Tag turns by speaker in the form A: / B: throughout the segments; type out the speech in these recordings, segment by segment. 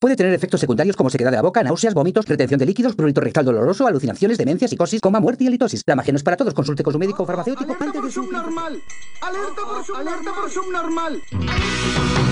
A: Puede tener efectos secundarios como sequedad de la boca, náuseas, vómitos, retención de líquidos, prurito rectal doloroso, alucinaciones, demencia, psicosis, coma, muerte y halitosis. La magia no es para todos. Consulte con su médico o farmacéutico
B: ¡Alerta
A: antes de
B: por
A: su...
B: subnormal! ¡Alerta por subnormal! ¡Alerta por subnormal!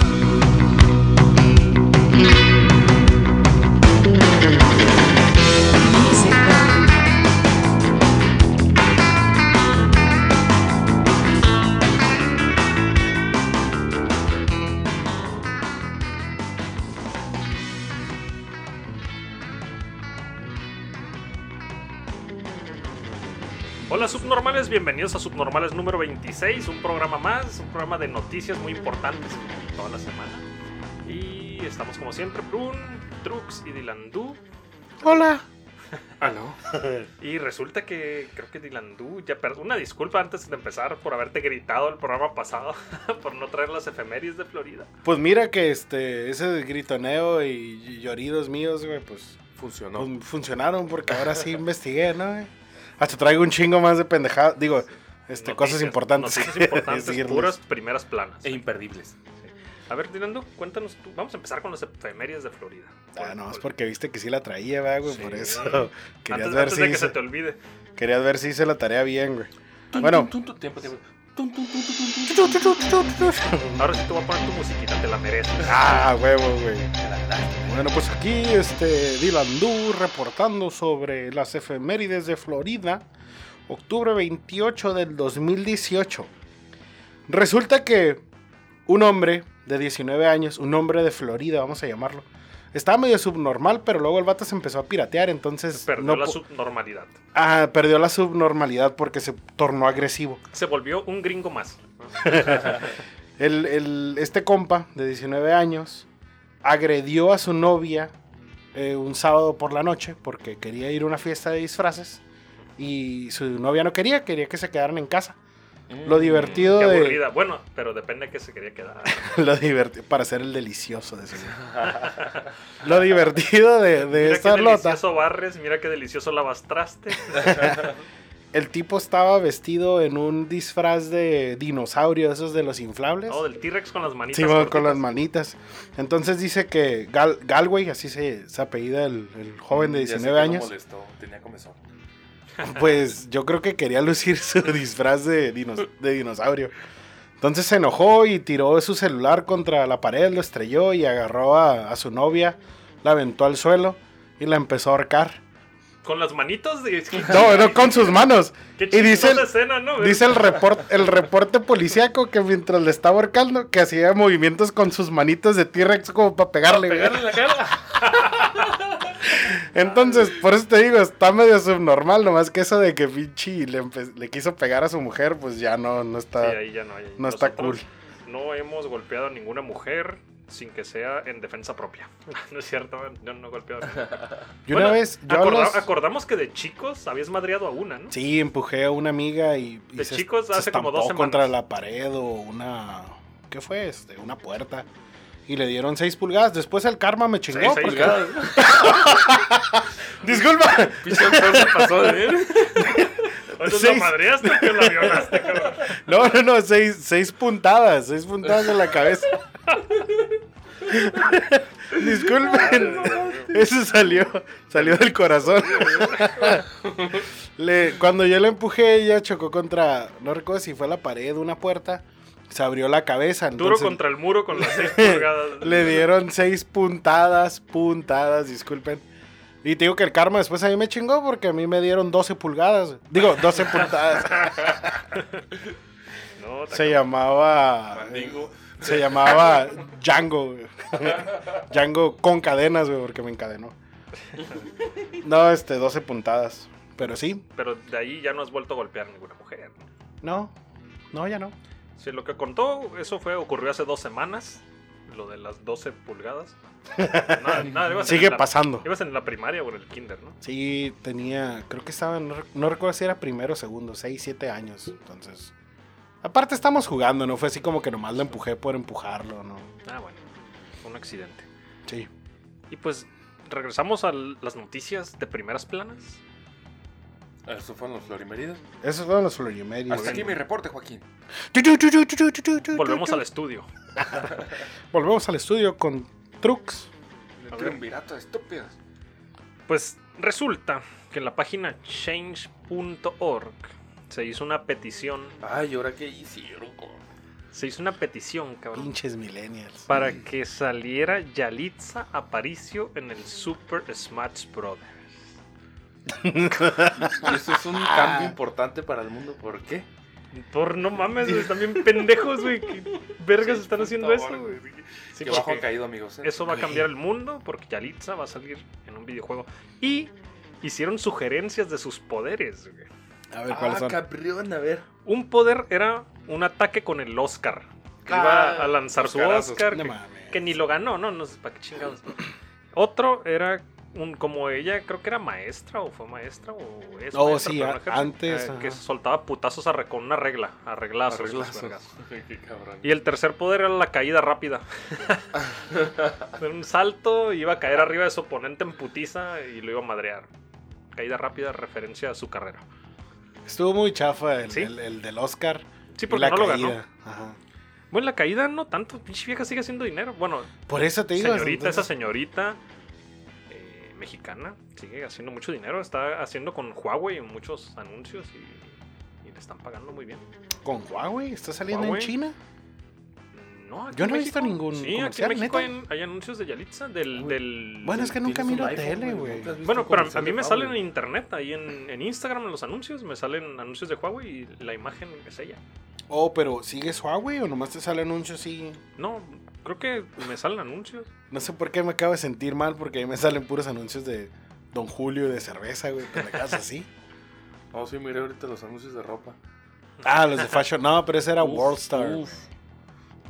C: Hola subnormales, bienvenidos a Subnormales número 26, un programa más, un programa de noticias muy importantes toda la semana. Y estamos como siempre, Prun, Trux y Dilandú.
D: Hola. Aló.
C: Y resulta que creo que Dilandú ya per- Una disculpa antes de empezar por haberte gritado el programa pasado, por no traer las efemérides de Florida.
D: Pues mira que este ese gritoneo y y lloridos míos, güey, pues
E: Funcionó.
D: fun- funcionaron porque ahora sí investigué, ¿no? güey? Hasta traigo un chingo más de pendejadas, digo, este
C: Noticias-
D: cosas importantes.
C: Noticias
D: que
C: importantes,
D: decirles.
C: puras primeras planas.
E: E imperdibles.
C: A ver, Dilandú, cuéntanos tú. Vamos a empezar con las efemérides de Florida.
D: Ah, no, es porque viste que sí la traía, ¿verdad, güey,
C: Sí.
D: por eso. Querías
C: antes,
D: ver
C: antes
D: si
C: de que
D: hice,
C: se te olvide.
D: querías ver si hice la tarea bien, güey.
E: Tun,
D: Bueno.
E: tun, tun, tun, tiempo, tiempo. Tun, tun, tun, tun, tun, tun.
C: Ahora sí te voy a poner tu musiquita, te la mereces.
D: Ah, huevo, güey. Bueno, pues aquí este Dylan Du reportando sobre las efemérides de Florida, octubre 28 del 2018. Resulta que un hombre de 19 años, un hombre de Florida, vamos a llamarlo, estaba medio subnormal, pero luego el vato se empezó a piratear, entonces
C: Perdió
D: no
C: la
D: po-
C: subnormalidad.
D: Ah, perdió la subnormalidad porque se tornó agresivo.
C: Se volvió un gringo más.
D: El- el- este compa de 19 años agredió a su novia eh, un sábado por la noche porque quería ir a una fiesta de disfraces y su novia no quería, quería que se quedaran en casa. Lo divertido
C: Mm, Qué
D: de...
C: aburrida. Bueno, pero depende de qué se quería quedar.
D: Lo divertido, para ser el delicioso de seguro. Lo divertido de, de
C: Mira qué
D: esta lota.
C: delicioso barres, mira qué delicioso lavastraste.
D: El tipo estaba vestido en un disfraz de dinosaurio, esos de los inflables.
C: No, del T-Rex con las manitas.
D: Sí, bueno,
C: cortitas.
D: con las manitas. Entonces dice que Gal- Galway, así se, se apellida el, el joven de
E: Mm, Ya sé
D: 19
E: que lo
D: años,
E: molestó, tenía comezón.
D: pues yo creo que quería lucir su disfraz de, dinos- de dinosaurio. Entonces se enojó y tiró su celular contra la pared, lo estrelló y agarró a, a su novia, la aventó al suelo y la empezó a ahorcar.
C: Con las manitos de
D: No, no, con sus manos.
C: Qué
D: Y dice,
C: chistosa escena, ¿no?
E: ¿eh?
D: dice el, report- el reporte policíaco que mientras le estaba ahorcando, que hacía movimientos con sus manitos de T-Rex como para pegarle. güey.
E: Pegarle en la cara.
D: Entonces, por eso te digo, está medio subnormal, nomás que eso de que Vinci le, empe- le quiso pegar a su mujer, pues ya no, no
C: Sí,
D: está.
C: ahí ya no hay.
D: no está
C: Nosotros No hemos golpeado a ninguna mujer sin que sea en defensa propia. No es cierto, yo no he golpeado a ninguna.
D: Yo una
C: Bueno,
D: vez, yo a
C: acorda-
D: los-
C: acordamos que de chicos habías madreado a una, ¿no?
D: Sí, empujé a una amiga y, y
C: De chicos hace como
D: estampó
C: dos semanas.
D: contra la pared o una... ¿Qué fue? Este, una puerta. Y le dieron seis pulgadas. Después el karma me
C: Seis,
D: chingó. porque-
C: seis,
D: Disculpa.
E: Pinche fuerza pasó de él.
C: Entonces
D: Seis.
C: la madreaste o que la violaste, cabrón.
D: No, no, no. Seis, seis puntadas. Seis puntadas en la cabeza. Disculpen. Eso salió, salió del corazón. Le- cuando yo la empujé, ella chocó contra, no recuerdo si fue la pared, una puerta. Se abrió la cabeza.
C: Duro
D: entonces-
C: contra el muro con las seis pulgadas.
D: Le dieron seis puntadas, puntadas, disculpen. Y te digo que el karma después a mí me chingó porque a mí me dieron 12 pulgadas. Digo, 12 puntadas.
C: No,
D: Se llamaba.
E: Mandigo.
D: Se llamaba Django. güey. Django con cadenas, güey, porque me encadenó. No, este, 12 puntadas. Pero sí,
C: Pero de ahí ya no has vuelto a golpear a ninguna mujer.
D: no. No, ya no.
C: Sí, lo que contó, eso fue, ocurrió hace dos semanas. Lo de las 12 pulgadas. Nada, nada, ibas en
D: Sigue
C: la-
D: pasando.
C: Ibas en la primaria o en el kinder, ¿no?
D: Sí, tenía, creo que estaba, no, rec- no recuerdo si era primero o segundo, 6, 7 años. Entonces, aparte estamos jugando, no fue así como que nomás lo empujé por empujarlo, ¿no?
C: Ah, bueno. Un accidente.
D: Sí.
C: Y pues regresamos a las noticias de primeras planas.
E: Eso fueron los florimeridos.
D: Esos fueron los florimedios.
E: Hasta aquí mi reporte, Joaquín.
C: Volvemos al estudio.
D: Volvemos al estudio con Trux.
E: Un triunvirato de estúpidos.
C: Pues resulta que en la página change.org se hizo una petición.
E: Ay, ¿ahora qué hicieron? co?
C: Se hizo una petición, cabrón.
D: Pinches millennials.
C: Para que saliera Yalitza Aparicio en el Super Smash Brothers.
E: Y eso es un
D: Ah.
E: cambio importante para el mundo. ¿Por qué?
C: Por no mames, güey, están bien pendejos, güey. ¿Qué vergas están haciendo
E: Por
C: eso,
E: favor,
C: güey? Sí,
E: que bajo
C: porque
E: ha caído, amigos. ¿eh?
C: eso va a cambiar el mundo porque Yalitza va a salir en un videojuego. Y hicieron sugerencias de sus poderes, güey.
D: A ver, ¿cuáles
E: Ah,
D: son?
E: cabrón, a ver.
C: Un poder era un ataque con el Oscar. Que iba
E: Ah,
C: a lanzar su
E: Oscarazos,
C: Oscar.
D: No
C: que-
D: mames.
C: que ni lo ganó, no, no sé para qué chingados. Otro era un como ella, creo que era maestra o fue maestra o es
D: Oh,
C: maestra,
D: sí,
C: pero
D: a-
C: no ejerce,
D: antes,
C: eh, que
D: ajá.
C: se soltaba putazos a re- con una regla, a reglazos, los vergazos.
E: Arreglazos. Qué cabrón.
C: Y el tercer poder era la caída rápida. Era un salto, iba a caer arriba de su oponente en putiza y lo iba a madrear. Caída rápida, referencia a su carrera.
D: Estuvo muy chafa el,
C: ¿Sí?
D: el- el del Oscar.
C: Sí,
D: y
C: porque
D: la
C: no lo ganó.
D: caída. Ajá.
C: Bueno, la caída no tanto, pinche vieja sigue haciendo dinero. Bueno,
D: Por eso te digo.
C: señorita, esa
D: entonces-
C: señorita eh, mexicana sigue haciendo mucho dinero, está haciendo con Huawei muchos anuncios y, y le están pagando muy bien.
D: Con Huawei, está saliendo
C: Huawei.
D: en China.
C: No, aquí
D: Yo
C: en
D: no he visto
C: México-
D: ningún
C: Sí, aquí en
D: comercial,
C: México
D: ¿neta?
C: hay, hay anuncios de Yalitza, del...
E: Uy.
C: del-
D: Bueno, es que nunca
E: Tienes un
D: miro
E: iPhone,
D: tele, güey.
E: ¿Nunca has
C: Bueno,
E: visto
C: pero a- a
E: comercial
C: mí
E: de
C: me
E: Huawei?
C: salen en internet, ahí en, en Instagram en los anuncios, me salen anuncios de Huawei y la imagen es ella.
D: Oh, pero ¿sigues Huawei o nomás te sale anuncio así?
C: No, creo que me salen anuncios.
D: No sé por qué me acabo de sentir mal porque ahí me salen puros anuncios de Don Julio de cerveza, güey, pendejadas así.
E: Oh, sí, miré ahorita los anuncios de ropa.
D: Ah, los de Fashion. No, pero ese era
C: Uf,
D: Worldstar.
C: uf.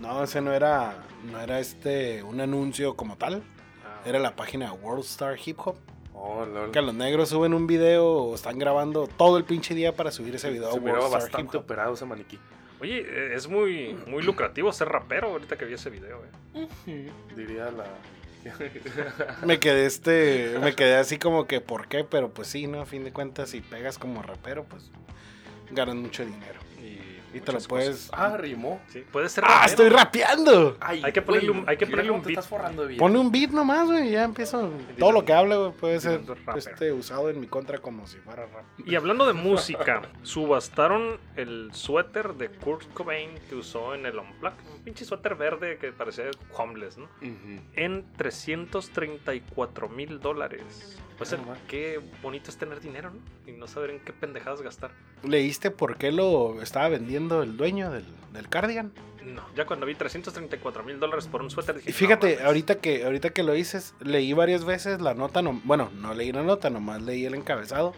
D: No, ese no era no era este un anuncio como tal.
C: Ah,
D: Era la página Worldstar Hip Hop.
E: Oh, lol.
D: Que los negros suben un video o están grabando todo el pinche día para subir ese video a
E: Se miraba
D: Worldstar Hip
E: bastante
D: Hop.
E: operado ese maniquí.
C: Oye, eh, es muy, muy lucrativo ser rapero ahorita que vi ese video, eh.
E: Diría la.
D: Me quedé este, me quedé así como que ¿por qué? Pero pues sí, ¿no? A fin de cuentas, si pegas como rapero, pues ganan mucho dinero.
C: Y,
D: Y te lo
C: muchas
D: puedes.
E: ah, rimó.
C: Sí, puede ser. rapero.
D: ¡Ah, estoy rapeando!
E: Ay,
C: Hay que ponerle
E: güey,
C: un- hay que
E: mira
C: ponerle
E: cómo
C: un
E: te
C: beat.
E: estás forrando Ah, bien.
D: Pone un beat nomás, güey, ya empiezo. Todo lo que hable, güey, puede ser
C: Tirando rapper.
D: este, usado en mi contra como si fuera rap.
C: Y hablando de música, subastaron el suéter de Kurt Cobain que usó en el Unplugged. Un pinche suéter verde que parecía de homeless, ¿no?
E: Ujú.
C: En 334 mil dólares. O sea,
E: Ah, no, man.
C: qué bonito es tener dinero, ¿no? Y no saber en qué pendejadas gastar.
D: ¿Leíste por qué lo estaba vendiendo el dueño del, del cardigan?
C: No, ya cuando vi 334 mil dólares por un suéter dije.
D: Y fíjate,
C: "No mames".
D: ahorita que ahorita que lo dices, leí varias veces la nota, no, bueno, no leí la nota, nomás leí el encabezado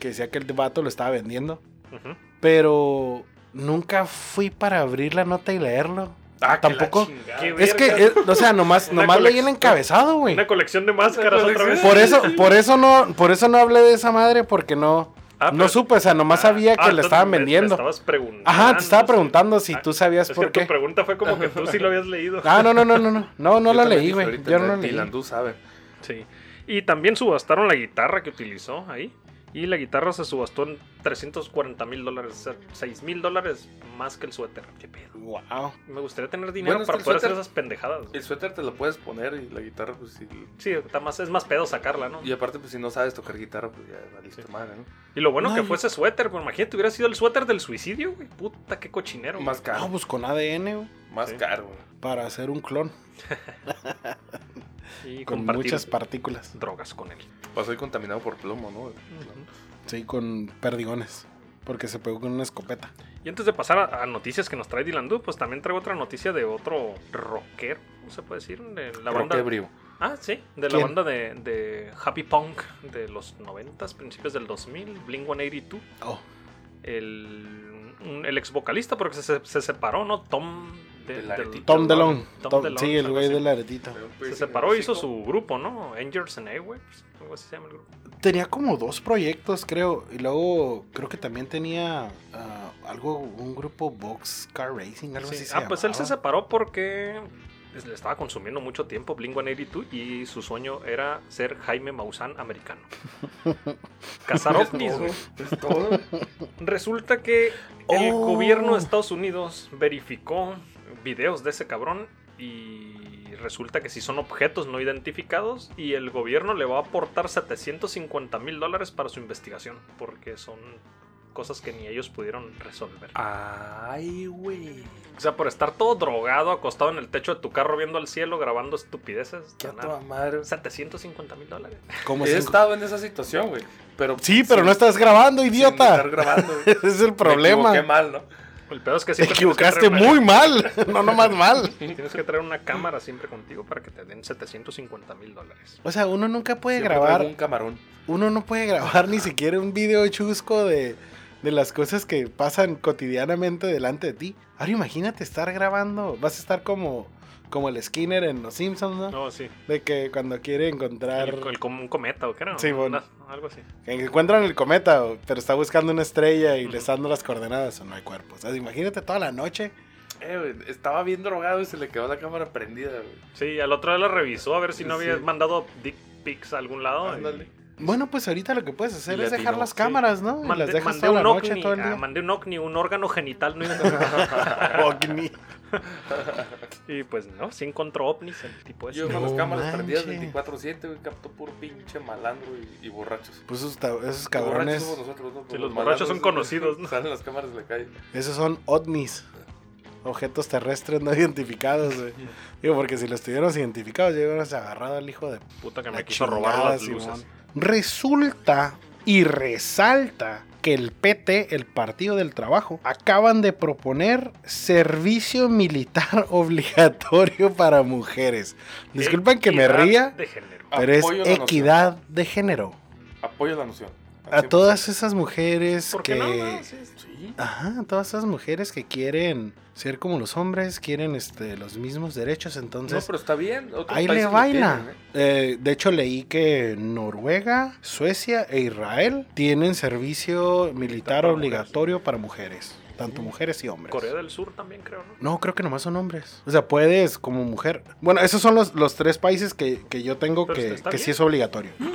D: que decía que el vato lo estaba vendiendo,
C: Ujú.
D: pero nunca fui para abrir la nota y leerlo.
E: Ah, que la
D: tampoco.
E: chingada.
C: Qué
D: Es que,
C: vergas.
D: eh, o sea, nomás,
C: Una
D: nomás leí el
C: colección.
D: encabezado, güey.
C: Una colección de máscaras
E: Una
C: otra vez.
E: colección.
D: Por eso, por eso no, por eso no hablé de esa madre, porque no,
C: Ah,
D: no
C: pero-
D: supe, o sea, nomás sabía que
C: Ah,
D: le
C: entonces
D: estaban
C: me-
D: vendiendo.
C: Me estabas preguntando.
D: Ajá, te estaba
C: sí.
D: preguntando si
C: Ah,
D: tú sabías
C: Es que
D: por qué.
C: tu pregunta fue como que tú sí lo habías leído.
D: Ah, no, no, no, no, no, no, no
E: Yo
D: la
E: también
D: leí,
E: dije
D: güey.
E: ahorita,
D: Yo no
E: el
D: leí.
E: Tilandú sabe.
C: Sí. Y también subastaron la guitarra que utilizó ahí. Y la guitarra se subastó en 340 mil dólares. O sea, 6 mil dólares más que el suéter. Qué pedo.
D: Wow.
C: Me gustaría tener dinero
E: Bueno, es que
C: para
E: el
C: poder
E: suéter-
C: hacer esas pendejadas. güey.
E: El suéter te lo puedes poner y la guitarra, pues sí.
C: Sí, está más, es más pedo sacarla, ¿no?
E: Y aparte, pues si no sabes tocar guitarra, pues ya valiste madre, ¿no?
C: Y lo bueno
D: No,
C: que
D: yo-
C: fue ese suéter, pues imagínate, hubiera sido el suéter del suicidio, güey. Puta, qué cochinero. güey.
E: Más
D: Ah,
E: caro.
D: pues con ADN, güey,
E: Más
C: sí.
E: caro, güey.
D: para hacer un clon
C: Y
D: con
C: compartir
D: muchas partículas.
C: drogas con él.
E: Pues soy contaminado por plomo, ¿no?
D: Sí, con perdigones, porque se pegó con una escopeta.
C: Y antes de pasar a, a noticias que nos trae Dylan Du, pues también traigo otra noticia de otro rockero, ¿cómo se puede decir? De la banda.
E: Roquebrío.
C: Ah, sí, de la
D: ¿Quién?
C: banda de, de Happy Punk de los 90, principios del 2000, Blink 182.
D: Oh,
C: El, un- el ex vocalista, porque se, se separó, ¿no? Tom. De,
E: Del
C: del-
E: aretito. Pues,
D: Tom
C: DeLonge.
D: DeLonge.
C: Tom
D: Tom-
C: DeLonge,
D: sí, el
C: algo
D: güey
C: así.
D: del aretito.
C: Se separó, hizo su grupo, ¿no? Angels and Airwaves, algo así se llama el grupo.
D: Tenía como dos proyectos, creo. Y luego creo que también tenía ah, algo, un grupo Boxcar Racing, algo
C: Sí.
D: así. se
C: Ah, pues él se
D: llamaba.
C: separó porque le estaba consumiendo mucho tiempo Blink 182 y su sueño era ser Jaime Maussan americano. Cazar ovnis, güey.
E: Es todo.
C: Resulta que el
D: Oh.
C: gobierno de Estados Unidos verificó videos de ese cabrón y resulta que si son objetos no identificados y el gobierno le va a aportar 750 mil dólares para su investigación, porque son cosas que ni ellos pudieron resolver.
E: Ay, güey.
C: O sea, por estar todo drogado, acostado en el techo de tu carro viendo al cielo, grabando estupideces.
E: Qué a
C: ganar
E: toda madre.
C: 750 mil dólares.
D: Como
E: He
D: si-
E: estado en esa situación, güey. Pero
D: Sí, pero
E: sin-
D: no estás grabando,
E: sin
D: idiota.
E: estar grabando. güey.
D: Ese es el
E: Me equivoqué
D: problema.
E: mal, ¿no?
C: El pedo es que
D: Te
C: siempre tienes que
D: equivocaste
C: traer
D: muy
C: una-
D: mal. No, no más mal.
C: Tienes que traer una cámara siempre contigo para que te den 750 mil dólares.
D: O sea, uno nunca puede
E: Siempre traigo
D: grabar.
E: un camarón.
D: Uno no puede grabar ni siquiera un video chusco de, de las cosas que pasan cotidianamente delante de ti. Ahora imagínate estar grabando. Vas a estar como, como el Skinner en Los Simpsons, ¿no?
C: No, sí.
D: De que cuando quiere encontrar.
C: El, el- como un cometa o qué era.
D: Sí, bueno.
C: Una- Algo así.
D: que Encuentran el cometa, o- pero está buscando una estrella y le
C: Ujú.
D: está dando las coordenadas. o No hay cuerpos. O sea, imagínate toda la noche.
E: Eh, güey, estaba bien drogado y se le quedó la cámara prendida, güey.
C: Sí, al otro día la revisó a ver si no había
E: Sí.
C: mandado dick pics a algún lado.
E: Ándale.
D: Bueno, pues ahorita lo que puedes hacer
E: Le
D: es dejar
E: atinó,
D: las
E: sí.
D: cámaras, ¿no? Y
C: Mandé,
D: las dejas
C: mandé
D: toda la
C: un
D: noche,
C: ocni,
D: todo el
C: ah,
D: día.
C: mandé un ocni, un órgano genital no identificado.
D: Ocni.
C: y pues no, sí encontró ovnis el tipo ese.
E: Yo con
D: Pues No
E: las cámaras
D: manches.
E: prendidas 24-7, güey, captó puro pinche malandro y, y borrachos.
D: Pues esos, ta- esos
E: Los borrachos
D: cabrones,
E: somos nosotros, ¿no?
C: Sí,
E: Pues
C: los
E: malandros,
C: borrachos son
E: ¿no?
C: conocidos, ¿no?
E: Salen las cámaras de la calle.
D: esos son ovnis. Objetos terrestres no identificados, güey. Digo, porque si los tuviéramos identificados, ya hubiéramos agarrado al hijo de
C: Puta que me
D: la
C: quiso robar las
D: Ah, chingada,
C: luces.
D: Simón. Resulta y resalta que el PT, el Partido del Trabajo, acaban de proponer servicio militar obligatorio para mujeres. Disculpen que me
C: Equidad
D: ría,
C: De género.
E: Ah,
D: pero es
E: Apoyo la noción.
D: equidad de género.
E: Apoyo la noción.
D: A
E: Así,
D: todas eh. esas mujeres
C: pues. ¿Por qué
D: que...
C: no? no? Sí, sí.
E: Ah, Sí.
D: Ajá, todas esas mujeres que quieren ser como los hombres, quieren este, los mismos derechos,
E: No,
D: entonces
E: pero está bien. otros
D: ahí le
E: países lo
D: baila.
E: tienen, ¿eh?
D: Eh, de hecho, leí que Noruega, Suecia e Israel tienen servicio militar
C: para
D: obligatorio para mujeres, tanto mujeres y hombres.
C: Corea del Sur también creo, ¿no?
D: No, creo que nomás son hombres. O sea, puedes como mujer. Bueno, esos son los, los tres países que, que yo tengo
C: Pero
D: que,
C: está
D: que
C: bien.
D: sí es obligatorio.
E: Mm,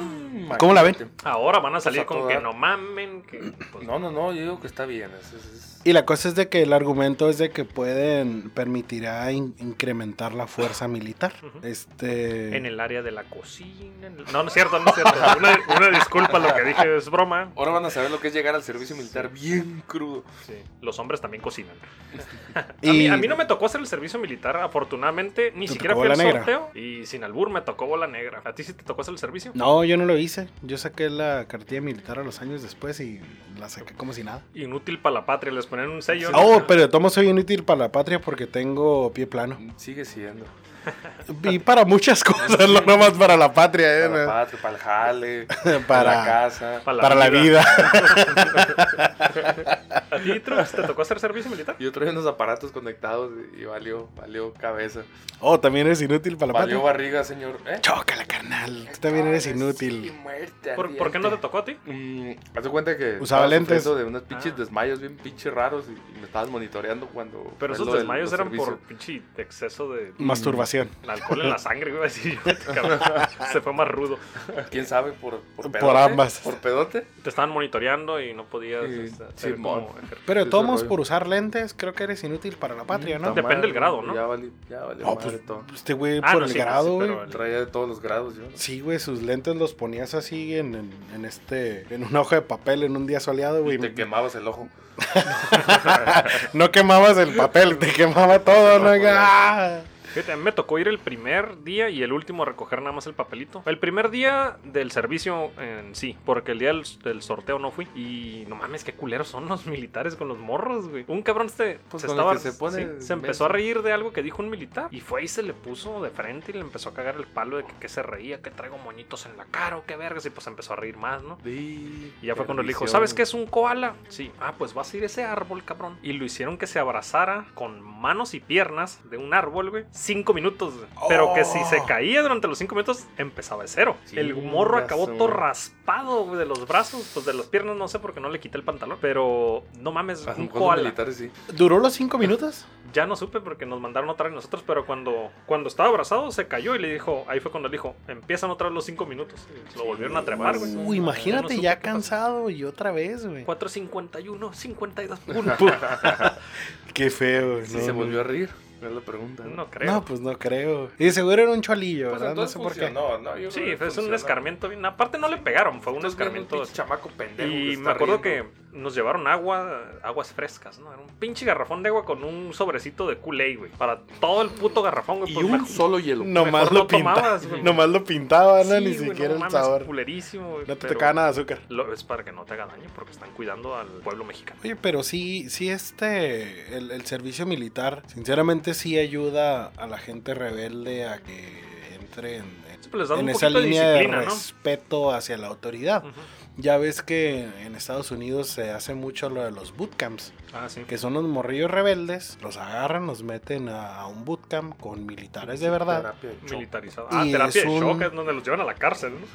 D: ¿Cómo la ven?
E: imagínate.
C: Ahora
D: Pues
C: van a salir
E: a
C: con
E: todo
C: que
E: dar.
C: no mamen, que pues,
E: No, no, no, yo digo que está bien. es- es- es-
D: Y la cosa es de que el argumento es de que pueden permitirá in- incrementar la fuerza militar.
C: Ujú.
D: Este
C: en el área de la cocina. en el- No, no es cierto, no es cierto. Una, una disculpa, lo que dije es broma.
E: Ahora van a saber lo que es llegar al servicio militar bien crudo.
C: Sí, los hombres también cocinan.
D: y
C: A, mí, a mí no me tocó hacer el servicio militar, afortunadamente, ni
D: Te
C: siquiera
D: tocó
C: fui al
D: bola negra.
C: sorteo. Y sin albur me tocó bola negra. ¿A ti sí te tocó hacer el servicio?
D: No, yo no lo hice. Yo saqué la cartilla militar a los años después y la saqué como si nada.
C: Inútil para la patria, les ponen un sello.
D: Oh, pero de tomo soy inútil para la patria porque tengo pie plano.
E: Sigue siendo.
D: Y para muchas cosas, no nomás para la patria,
E: Para la
D: eh.
E: patria, para el jale,
D: Para,
E: para la casa.
C: Pa'
D: para la vida.
C: ¿A ti, Trux, te tocó hacer servicio militar?
E: Yo traía unos aparatos conectados y valió, valió cabeza.
D: Oh, también eres inútil para la
E: Valió
D: patria.
E: barriga, señor. ¿Eh?
D: Chócala, carnal. Tú también eres
E: Sí,
D: inútil.
E: muerte
C: ¿Por, por qué no te
E: ardiente.
C: tocó a ti?
E: Mm, haz de cuenta que
D: Usaba
E: estaba
D: lentes.
E: sufriendo de unos pinches
C: Ah.
E: desmayos bien pinches raros y, y me estabas monitoreando cuando.
C: Pero
E: fue
C: esos
E: lo del-
C: desmayos
E: los
C: eran por
E: servicios.
C: pinche exceso de
D: Masturbación.
C: alcohol en la sangre, iba a decir yo. cabrón. Se fue más rudo.
E: ¿Quién sabe? Por,
D: Por
E: por, pedote,
D: ambas.
E: Por pedote.
C: Te estaban monitoreando y no podías
E: Sí,
C: este, hacer
E: Simón.
C: como ejer-
D: Pero de todos modos,
E: Desarrollo.
D: por usar lentes, creo que eres inútil para la patria, ¿no?
E: Puta
C: Depende del grado, ¿no?
E: Ya valió, ya valió
D: No,
E: madre
D: pues,
E: todo.
D: este güey
C: Ah,
D: por
C: no,
D: el
C: sí, no, sí,
D: grado, güey.
C: pero el-
E: Traía de todos los grados, yo. ¿no?
D: Sí, güey, sus lentes los ponías así en, en- en este, en una hoja de papel en un día soleado, güey.
E: Y te quemabas el ojo.
D: No quemabas el papel, te quemaba todo, ¿no? Ah.
C: Fíjate, a mí me tocó ir el primer día y el último a recoger nada más el papelito. El primer día del servicio en sí, porque el día del, del sorteo no fui. Y no mames, qué culeros son los militares con los morros, güey. Un cabrón se,
E: Pues
C: se
E: con el
C: estaba.
E: que se pone
C: sí,
E: menso.
C: se empezó a reír de algo que dijo un militar. Y fue y se le puso de frente y le empezó a cagar el palo de que, que se reía, que traigo moñitos en la cara o qué vergas. Y pues empezó a reír más, ¿no? Y ya fue cuando le dijo, ¿sabes qué es un koala? Sí. Ah, pues vas a ir a ese árbol, cabrón. Y lo hicieron que se abrazara con manos y piernas de un árbol, güey. Cinco minutos. güey. Pero que si se caía durante los cinco minutos, empezaba de cero. el morro
E: Chingazo,
C: acabó todo
E: güey.
C: raspado, güey, de los brazos. Pues de las piernas no sé porque no le quité el pantalón. Pero no mames,
E: A lo
C: un
E: mejor los
C: koala.
E: militares sí.
D: ¿Duró los cinco minutos?
C: Ya no supe porque nos mandaron otra vez nosotros. Pero cuando, cuando estaba abrazado, se cayó y le dijo, ahí fue cuando le dijo, empiezan otra vez los cinco minutos. Y Lo volvieron a trepar, güey.
D: Uy, imagínate
C: supe
D: ya
C: qué pasó.
D: cansado y otra vez, güey.
C: 451, 52 puntos.
D: Qué feo, güey.
E: Sí, se volvió a reír. No es la pregunta. güey.
C: No creo.
D: No, pues no creo. Y seguro era un cholillo,
E: Pues
D: ¿verdad? No
E: entonces
D: sé por qué.
E: funcionó, ¿no? Yo
C: sí,
E: creo que
C: es un
E: funcionó.
C: escarmiento bien. Aparte no le pegaron, fue un
E: Entonces, viene
C: escarmiento.
E: pinche chamaco pendejo. que
C: Y
E: está
C: me acuerdo
E: riendo.
C: que nos llevaron agua, aguas frescas, ¿no? Era un pinche garrafón de agua con un sobrecito de Kool-Aid, güey. Para todo el puto garrafón, güey.
E: Y
C: pues,
E: un
C: mejor-
E: solo hielo.
D: Nomás
C: Mejor
D: lo
C: no tomabas,
D: pinta-
C: güey.
D: Nomás lo pintaba, ¿no?
C: Sí,
D: Ni
C: güey, no
D: siquiera el
C: mames,
D: sabor.
C: culerísimo, güey,
D: No te
C: pero
D: tocaba nada de azúcar.
C: lo- es para que no te haga daño porque están cuidando al pueblo mexicano.
D: Oye, pero sí, sí este, el, el servicio militar, sinceramente sí ayuda a la gente rebelde a que entre en, en-
C: Sí, pues les dan
D: en
C: un
D: esa
C: poquito de
D: línea de,
C: disciplina, ¿no?
D: respeto hacia la autoridad.
C: Ujú.
D: Ya ves que en Estados Unidos se hace mucho lo de los bootcamps,
C: Ah, sí.
D: que son los morrillos rebeldes, los agarran, los meten a, a un bootcamp con militares de verdad.
E: Terapia de shock.
C: Militarizado. Ah,
D: Y
C: terapia
D: es
C: de
D: un-
C: shock es donde los llevan a la cárcel, ¿no?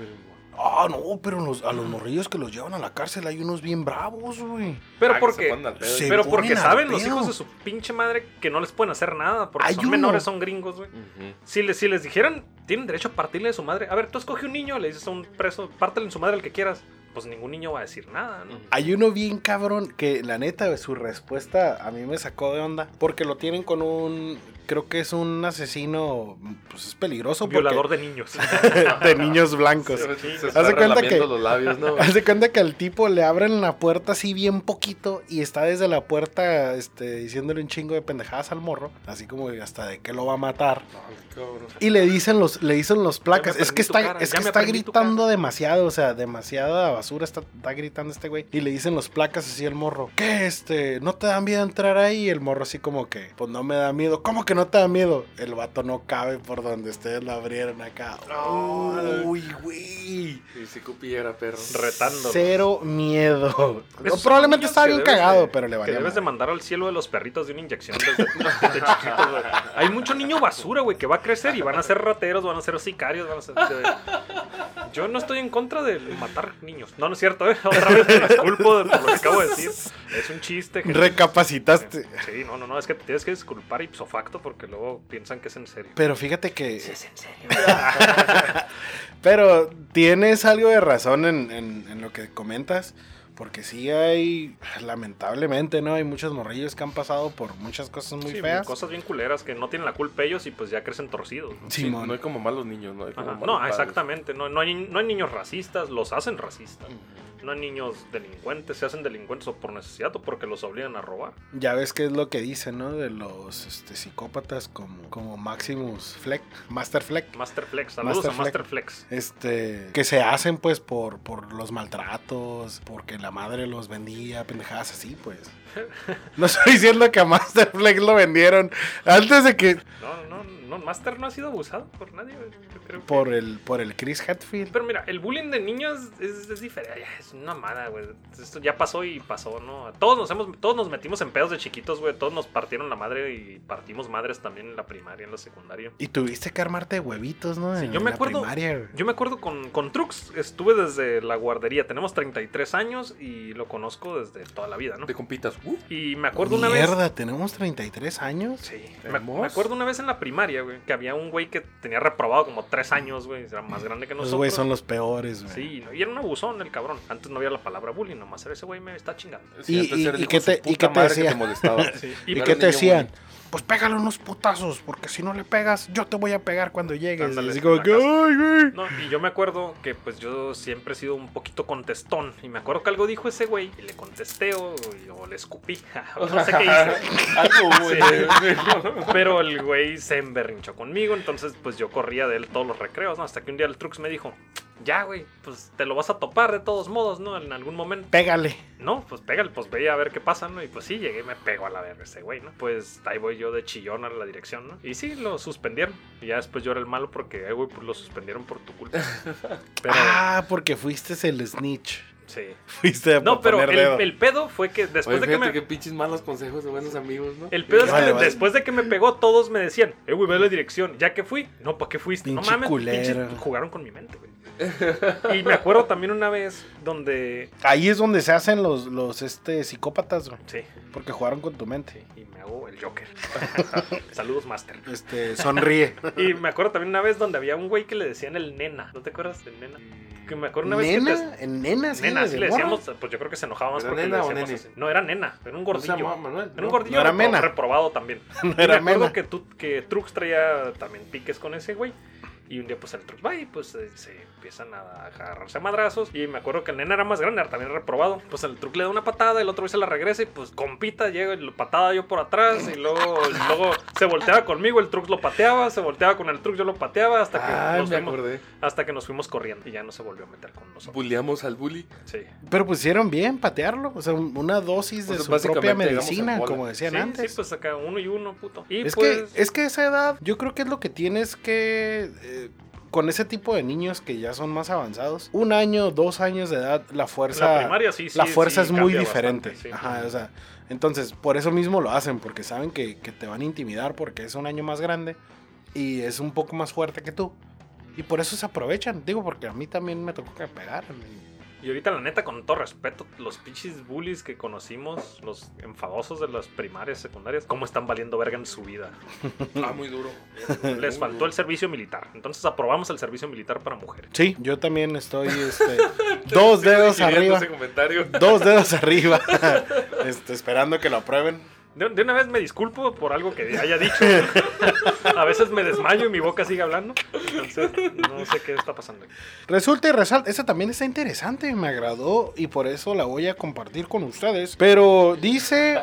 D: Ah, no, pero los- a los morrillos que los llevan a la cárcel hay unos bien bravos, güey.
C: Pero
E: Ah, que se
C: porque
E: ponen al pedo.
D: Sí.
C: pero
D: ponen
C: porque
D: al
C: saben los
D: pedo.
C: hijos de su pinche madre que no les pueden hacer nada porque
D: Hay
C: son
D: uno.
C: menores, son gringos, güey.
E: Ujú.
C: Si les, si les dijeran, tienen derecho a partirle de su madre. A ver, tú escoge un niño, le dices a un preso, pártele en su madre el que quieras. Pues ningún niño va a decir nada, ¿no?
E: Ujú.
D: Hay uno bien cabrón que la neta su respuesta a mí me sacó de onda porque lo tienen con un creo que es un asesino pues es peligroso porque-
C: Violador de niños.
D: de niños blancos.
E: Se-
C: Sí,
E: Se
C: güey.
E: está
D: Haz de cuenta
E: relamiendo
D: que-
E: los labios, ¿no?
D: Haz de cuenta que al tipo le abren la puerta así bien poquito y está desde la puerta este, diciéndole un chingo de pendejadas al morro, así como de hasta de que lo va a matar.
E: Ay, cabrón.
D: Y le dicen los, le dicen los placas.
C: Ya me
D: Es que
C: aprendí tu
D: está,
C: cara,
D: es
C: ya
D: que
C: me
D: está
C: aprendí tu
D: gritando demasiado, o sea, demasiada basura está, está gritando este güey. Y le dicen los placas así al morro. ¿Qué este? ¿No te da miedo entrar ahí? Y el morro así como que, pues no me da miedo. ¿Cómo que no te da miedo? El vato no cabe por donde ustedes lo abrieron acá.
E: No.
D: Uy, güey.
E: Y si Cupi era perro.
C: Retándolo.
D: Cero miedo.
C: Esos son
D: Pues probablemente
C: niños
D: estaba
C: que
D: bien
C: debes de-
D: cagado, pero le
C: Que
D: valía.
C: debes de
D: madre.
C: mandar al cielo de los perritos de una inyección desde, desde chiquito, güey. Hay mucho niño basura, güey, que va a crecer y van a ser rateros, van a ser sicarios, van a ser... de- Yo no estoy en contra de matar niños. No, no es cierto, ¿eh? Otra vez me disculpo de- por lo que acabo de decir. Es un chiste. gente.
D: Recapacitaste.
C: Sí, no, no, no, es que te tienes que disculpar ipso facto porque luego piensan que es en serio.
D: Pero fíjate que.
C: en serio.
D: Pero tienes algo de razón en, en- en lo que comentas, porque sí hay, lamentablemente, ¿no? Hay muchos morrillos que han pasado por muchas cosas muy
C: Sí,
D: feas.
C: cosas bien culeras que no tienen la culpa ellos y pues ya crecen torcidos. ¿no?
E: Sí,
D: Simón.
E: no hay como malos niños, no hay como
C: Ajá.
E: malos
C: No,
E: padres.
C: exactamente. No, no, hay, no hay niños racistas, los hacen racistas. No hay niños delincuentes, se hacen delincuentes o por necesidad o porque los obligan a robar.
D: Ya ves qué es lo que dicen, ¿no? De los este, psicópatas como, como Maximus Fleck, Master Fleck.
C: Masterflex, saludos a
D: Master
C: Masterflex.
D: Este, que se hacen pues por, por los maltratos, porque la madre los vendía, pendejadas así, pues. No estoy diciendo que a Master Fleck lo vendieron antes de que
C: No, no, no, no, Master no ha sido abusado por nadie. güey. Yo creo que-
D: por el por el Chris Hatfield.
C: Pero mira, el bullying de niños es, es diferente. Ay, Es una mala, güey. Esto ya pasó y pasó, ¿no? Todos nos, hemos, todos nos metimos en pedos de chiquitos, güey. Todos nos partieron la madre y partimos madres también en la primaria, en la secundaria.
D: Y tuviste que armarte de huevitos, ¿no?
C: Sí,
D: En
C: yo me
D: la
C: acuerdo-
D: primaria, güey.
C: Yo me acuerdo con, con Trux, estuve desde la guardería. Tenemos 33 años y lo conozco desde toda la vida, ¿no?
E: De compitas. Uh,
C: Y me acuerdo una vez.
D: Mierda, tenemos 33 años.
C: Sí, me,
E: Hermoso.
C: me acuerdo una vez en la primaria, güey, que había un güey que tenía reprobado como 3 años, güey. Era más grande que
D: Los
C: nosotros.
D: güeyes son los peores, güey.
C: Sí, no, y era un abusón el cabrón. Antes no había la palabra bullying, nomás era ese güey me está chingando.
E: sí,
D: Y-
E: antes
D: y-
E: era el
D: y
E: hijo
D: qué
E: de su
D: te- y
E: puta
D: qué te
E: madre
D: decía.
E: te molestaba.
C: Y
D: ¿Y
E: Era
D: qué
E: un
D: te
E: niño
D: decían?
E: bonito.
D: Pues pégale unos putazos, porque si no le pegas, yo te voy a pegar cuando llegues.
C: Ándale,
D: Así
C: en
D: como
C: la
D: que,
C: casa.
D: ay, güey.
C: No, y yo me acuerdo que pues yo siempre he sido un poquito contestón. Y me acuerdo que algo dijo ese güey y le contesté o, o le escupí. o no sé qué hice.
E: Algo, güey.
C: Pero el güey se emberrinchó conmigo, entonces pues yo corría de él todos los recreos, ¿no? Hasta que un día el Trux me dijo, ya güey, pues te lo vas a topar de todos modos, ¿no? En algún momento.
D: Pégale.
C: No, pues pégale, pues ve a ver qué pasa, ¿no? Y pues sí, llegué y me pegó a la verga ese güey, ¿no? Pues ahí voy yo de chillón a la dirección, ¿no? Y sí, lo suspendieron. Y ya después yo era el malo porque, eh, güey, pues lo suspendieron por tu culpa. Pero,
D: Ah, porque fuiste el snitch.
C: sí.
D: Fuiste a
C: No, pero
D: poner
C: el,
D: dedo.
C: el pedo fue que después
E: Oye,
C: de que
E: fíjate
C: me...
E: que pinches malos consejos de buenos amigos, ¿no?
C: El pedo es que
D: Vale,
C: de-
D: vale.
C: después de que me pegó, todos me decían, eh, güey, ve la dirección. Ya que fui, no, ¿para qué fuiste?
D: Pinche
C: no mames,
D: culero.
C: pinches- jugaron con mi mente, güey. y me acuerdo también una vez donde.
D: Ahí es donde se hacen los, los este, psicópatas, güey.
C: Sí,
D: Porque jugaron con tu mente.
C: y me hago el Joker. Saludos, Master.
D: Este, sonríe.
C: Y me acuerdo también una vez donde había un güey que le decían el nena. ¿No te acuerdas del nena? que me acuerdo una vez que
D: ¿Nena? ¿En nena?
C: te-
D: Sí,
C: nena,
D: de
C: sí le
D: morra?
C: decíamos, pues yo creo que se enojaba más
E: ¿Era
C: porque
E: nena
C: le
E: o
C: decíamos
E: nene?
C: así. No, era nena, era un
E: ¿No se
C: gordillo.
E: llamaba Manuel?
C: Era un gordillo
D: no era
C: repro-
D: mena.
C: reprobado también.
D: No
C: Y me
D: era
C: acuerdo
D: mena.
C: que, tú, que Trux traía también piques con ese güey. Y un día pues el Trux va y pues eh, se empiezan a agarrarse a madrazos. Y me acuerdo que el nena era más grande, era también reprobado. Pues el Trux le da una patada, el otro güey se la regresa y pues compita, llega y lo patada yo por atrás. Y luego, luego se volteaba conmigo, el Trux lo pateaba, se volteaba con el Trux, yo lo pateaba hasta que,
E: Ah,
C: nos
E: me
C: fuimos,
E: acordé.
C: hasta que nos fuimos corriendo. Y ya no se volvió a meter con nosotros.
E: Bulleamos al bully.
C: Sí.
D: Pero pusieron bien patearlo. O sea, un- una dosis
C: Pues
D: de
E: O sea,
D: su propia
E: básicamente, digamos, en
D: medicina,
E: bola.
D: como decían
C: Sí,
D: antes.
C: sí, pues acá uno y uno, puto. Y
D: es,
C: pues,
D: que, es que a esa edad, yo creo que es lo que tienes que. eh, con ese tipo de niños que ya son más avanzados, un año, dos años de edad, la
C: en
D: fuerza.
C: la primaria sí, sí,
D: la fuerza
C: sí
D: es muy
C: cambia
D: diferente.
C: bastante, sí.
D: Ajá, o sea, entonces, por eso mismo lo hacen, porque saben que, que te van a intimidar porque es un año más grande y es un poco más fuerte que tú. Y por eso se aprovechan, digo, porque a mí también me tocó que pegar.
C: Y ahorita, la neta, con todo respeto, los pinches bullies que conocimos, los enfadosos de las primarias, secundarias, cómo están valiendo verga en su vida.
E: Ah, muy duro.
C: Les faltó el servicio militar. Entonces aprobamos el servicio militar para mujeres.
D: Sí, yo también estoy este, dos dedos arriba.
E: Ese comentario.
D: Dos dedos arriba. Este, esperando que lo aprueben.
C: De, de una vez me disculpo por algo que haya dicho. A veces me desmayo y mi boca sigue hablando. Entonces, no sé qué está pasando. aquí.
D: Resulta y resalta, esa también está interesante, me agradó y por eso la voy a compartir con ustedes. Pero dice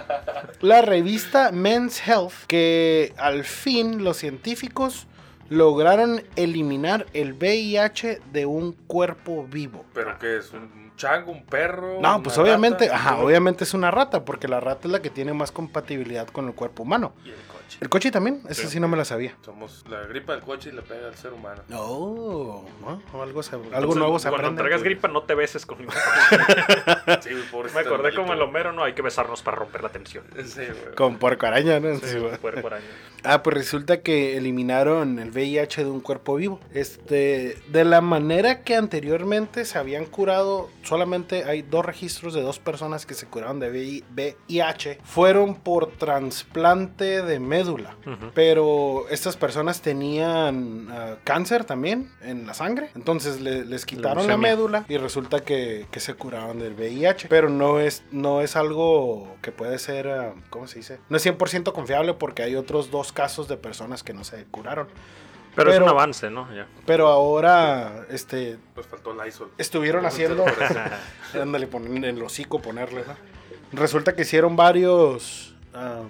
D: la revista Men's Health que al fin los científicos lograron eliminar el VIH de un cuerpo vivo.
E: ¿Pero qué es? ¿Un chango? ¿Un perro?
D: Ah. No,
E: una
D: pues
E: rata?
D: obviamente, ajá, obviamente es una rata, porque la rata es la que tiene más compatibilidad con el cuerpo humano.
E: Y el coche.
D: ¿El coche también? Esa
E: Sí.
D: sí no me la sabía.
E: Somos la gripa del coche y la pega al ser humano.
D: No, ¿no? algo, se- algo
C: Oh, Entonces,
D: nuevo se
C: Cuando
D: aprende.
C: traigas gripa, no te beses con
E: Sí, güey, pobrecito
C: Me acordé
E: animalito.
C: como el Homero, no hay que besarnos para romper la tensión.
E: Sí, güey.
D: Con puerco araña, ¿no? Sí, va.
C: Puerco araña.
D: Ah, pues resulta que eliminaron el VIH de un cuerpo vivo. Este, de la manera que anteriormente se habían curado, solamente hay dos registros de dos personas que se curaron de VI VIH. Fueron por trasplante de médula.
C: Ujú.
D: Pero estas personas tenían ah, cáncer también en la sangre. Entonces le- les quitaron la,
C: Leucemia.
D: médula y resulta que, que se curaron del VIH. Pero no es, no es algo que puede ser, ah, ¿cómo se dice? No es 100% confiable porque hay otros dos casos de personas que no se curaron.
C: Pero, es
D: Pero-
C: un avance, ¿no? Ya.
D: Pero ahora, este...
E: Nos faltó el ISOL.
D: Estuvieron haciendo... Ándale, ponen en el hocico ponerle, ¿no? Resulta que hicieron varios... ah,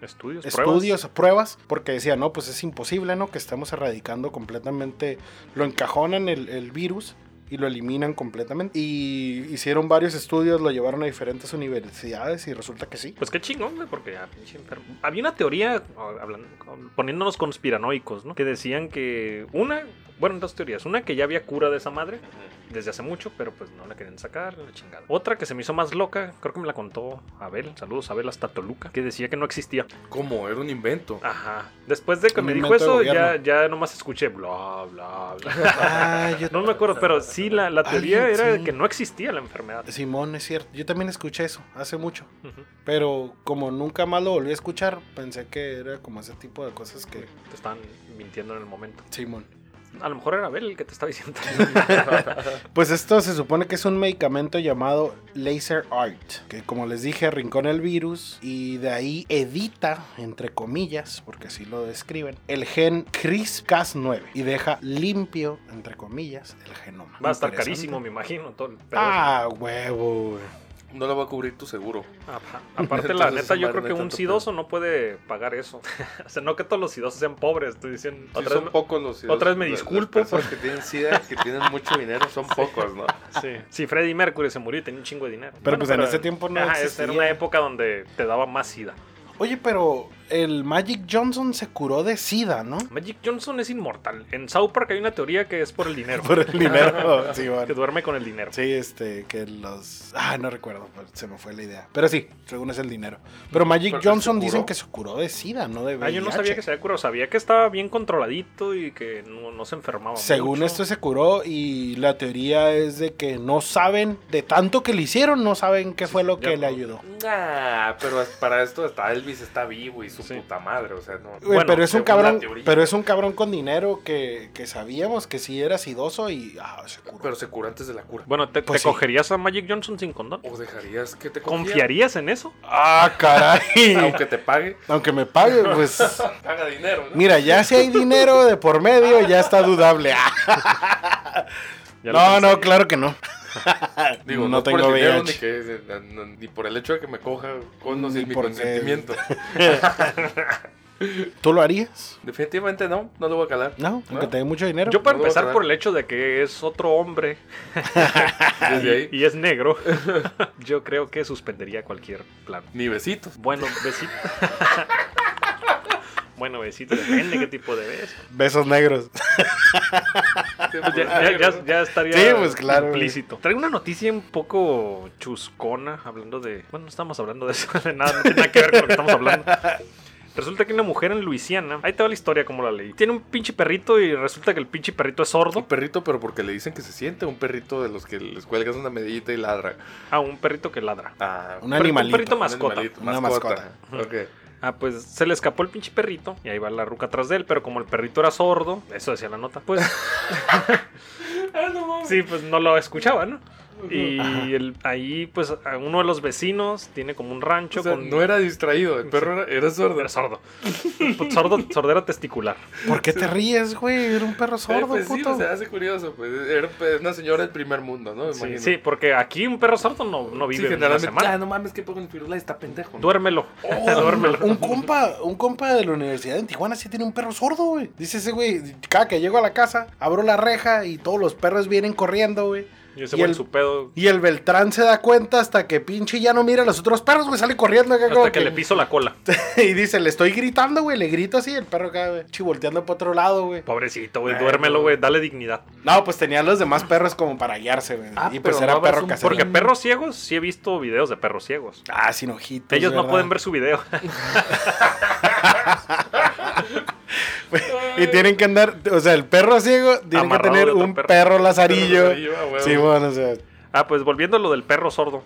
C: Estudios, pues, pruebas.
D: estudios, pruebas, porque decía, no, pues es imposible, ¿no? Que estamos erradicando completamente, lo encajonan el, el virus y lo eliminan completamente. Y hicieron varios estudios, lo llevaron a diferentes universidades y resulta que sí.
C: Pues qué chingón, güey, porque ya, pinche enfermo. Había una teoría, a- hablando- poniéndonos conspiranoicos, ¿no? Que decían que una, bueno, dos teorías. Una que ya había cura de esa madre desde hace mucho, pero pues no la querían sacar, la chingada. Otra que se me hizo más loca, creo que me la contó Abel, saludos Abel hasta Toluca, que decía que no existía.
E: ¿Cómo? Era un invento.
C: Ajá. Después de que
D: Un
C: me dijo
D: invento de
C: eso, ya,
D: gobierno.
C: ya nomás escuché bla, bla, bla.
D: Ah, yo-
C: No me acuerdo, pero sí, la, la teoría
D: Alguien,
C: era
D: sí.
C: que no existía la enfermedad.
D: Simón, es cierto. Yo también escuché eso hace mucho.
C: Ujú.
D: Pero como nunca más lo volví a escuchar, pensé que era como ese tipo de cosas que...
C: Te están mintiendo en el momento.
D: Simón.
C: A lo mejor era Abel el que te estaba diciendo.
D: Pues esto se supone que es un medicamento llamado Laser Art, que como les dije, rincona el virus y de ahí edita, entre comillas, porque así lo describen, el gen CRISPR-Cas9 y deja limpio, entre comillas, el genoma.
C: Va a estar
D: Interesante.
C: carísimo, me imagino. Todo el pedo.
D: Ah, huevo. güey.
E: No lo va a cubrir tu seguro.
C: Apa- Aparte, la
E: Entonces,
C: neta, yo creo
E: esa
C: que
E: madre
C: un
E: tanto
C: sidoso no puede pagar eso. o sea, no que todos los sidosos sean pobres, estoy diciendo.
E: Sí,
C: Otra
E: son
C: vez-
E: pocos los
C: otra vez me
E: las- las
C: disculpo
E: personas que tienen sida, que tienen mucho dinero, son pocos, Ah. ¿no?
C: sí. Si Freddie Mercury se murió y tenía un chingo de dinero.
D: Pero, pues, en ese tiempo no
C: Ajá, esa
D: existía.
C: era una época donde te daba más sida.
D: Oye, pero el Magic Johnson se curó de SIDA, ¿no?
C: Magic Johnson es inmortal. En South Park hay una teoría que es por el dinero.
D: Por el dinero. sí, bueno.
C: que duerme con el dinero.
D: Sí, este, que los... Ah, no recuerdo, pues, se me fue la idea. Pero sí, según es el dinero. Pero Magic
E: Pero que
D: Johnson
E: se curó.
D: dicen que se curó de SIDA, no de
C: Ah, yo no
D: VIH.
C: sabía que se había curado. Sabía que estaba bien controladito y que no, no se enfermaba.
D: Según
C: mucho.
D: esto se curó y la teoría es de que no saben, de tanto que le hicieron, no saben qué fue lo
C: ya
D: que
C: no.
D: le ayudó.
E: Nah, pero es- para esto hasta Elvis está vivo y su
C: Sí.
E: puta madre, o sea, no.
D: Güey,
C: Bueno,
D: pero es un
E: según la
D: cabrón,
E: teoría.
D: pero es un cabrón con dinero que, que sabíamos que sí era sidoso y ah, se curó.
E: Pero se cura antes de la cura.
C: Bueno, ¿te,
D: Pues
C: te
D: sí. Pues
C: cogerías a Magic Johnson sin condón?
E: ¿O dejarías que te cogiera?
C: ¿Confiarías en eso?
D: Ah, caray.
E: Aunque te pague,
D: Aunque me pague, pues
E: paga dinero, ¿no?
D: mira, ya si hay dinero de por medio, ya está dudable. Ah.
C: Ya lo
D: no,
C: pensé.
D: no, claro que no.
E: Digo, no,
D: no
E: por el
D: tengo
E: dinero,
D: VIH.
E: ni, que- eh, na- na- ni por el hecho de que me coja con o
D: Ni
E: sin mi
D: por qué.
E: consentimiento.
D: ¿Tú lo harías?
E: Definitivamente no, no lo voy a calar.
D: No, aunque
E: ¿No?
D: te dé mucho dinero.
C: Yo para
E: No,
C: empezar
E: ¿verdad?
C: por el hecho de que es otro hombre
E: Desde ahí,
C: y es negro, yo creo que suspendería cualquier plan.
E: ni besitos.
C: Bueno, besito. bueno, besito, depende qué tipo de beso.
D: Besos negros.
E: Ah,
C: Pues ya, ya- ya- ya estaría
D: Sí, pues, claro, güey.
C: implícito. Traigo una noticia un poco chuscona hablando de. Bueno, no estamos hablando de eso, de nada, no tiene nada que ver con lo que estamos hablando. Resulta que una mujer en Luisiana, ahí te va la historia como la leí. Tiene un pinche perrito y resulta que el pinche perrito es
E: Un
C: sordo.
E: perrito, pero porque le dicen que se siente un perrito de los que les cuelgas una medallita y ladra.
C: Ah, un perrito que ladra.
E: Ah,
D: Un
E: perrito-
D: animalito.
C: perrito mascota.
E: animalito,
D: Una
E: mascota. Ok.
C: Ah, pues se le escapó el pinche perrito y ahí va la ruca atrás de él, pero como el perrito era sordo, eso decía la nota, pues sí, pues no lo escuchaba, ¿no? Y el- ahí pues a uno de los vecinos tiene como un rancho
E: O sea,
C: con
E: no era distraído, el perro era, era sordo. Eh,
C: era sordo. Pues, sordo, sordera testicular.
D: ¿Por qué te ríes, güey? Era un perro
E: Eh,
D: sordo,
E: pues sí,
D: puto.
E: o sea, hace curioso, pues. Era pues, una señora del primer mundo, ¿no? Me
C: Sí,
E: imagino.
C: sí, porque aquí un perro sordo no, no
E: Sí,
C: vive en una
E: generalmente. Ah,
C: semana.
E: no mames, que pongo en pirula, está pendejo. ¿no?
C: Duérmelo. Duérmelo.
D: Oh, Un compa, un compa de la universidad en Tijuana sí tiene un perro sordo, güey. Dice ese güey, cada que llego a la casa, abro la reja y todos los perros vienen corriendo, güey.
C: Y ese
D: Y
C: güey
D: el-
C: su pedo
D: Y el Beltrán se da cuenta hasta que pinche ya no mira a los otros perros, güey, sale corriendo acá como
C: hasta que le piso la cola.
D: y dice, le estoy gritando, güey, le grito así, el perro acá, güey, chi, volteando para otro lado, güey.
C: Pobrecito, güey, duérmelo, güey, dale dignidad.
D: No, pues tenían los demás perros como para guiarse, güey.
E: Ah,
D: y pues
E: pero
D: era
E: no habrás
D: perro
E: un-
D: casero.
C: Porque perros ciegos, sí he visto videos de perros ciegos.
D: Ah, sin ojitos.
C: Ellos no
D: ¿verdad?
C: pueden ver su video.
D: y tienen que andar, o sea, el perro ciego tiene
C: Amarrado
D: que
C: de
D: tener
C: otro
D: un
C: perro.
D: perro, lazarillo.
E: Perro lazarillo, ah, huevo.
D: sí, bueno, o sea.
C: Ah, pues volviendo a lo del perro sordo.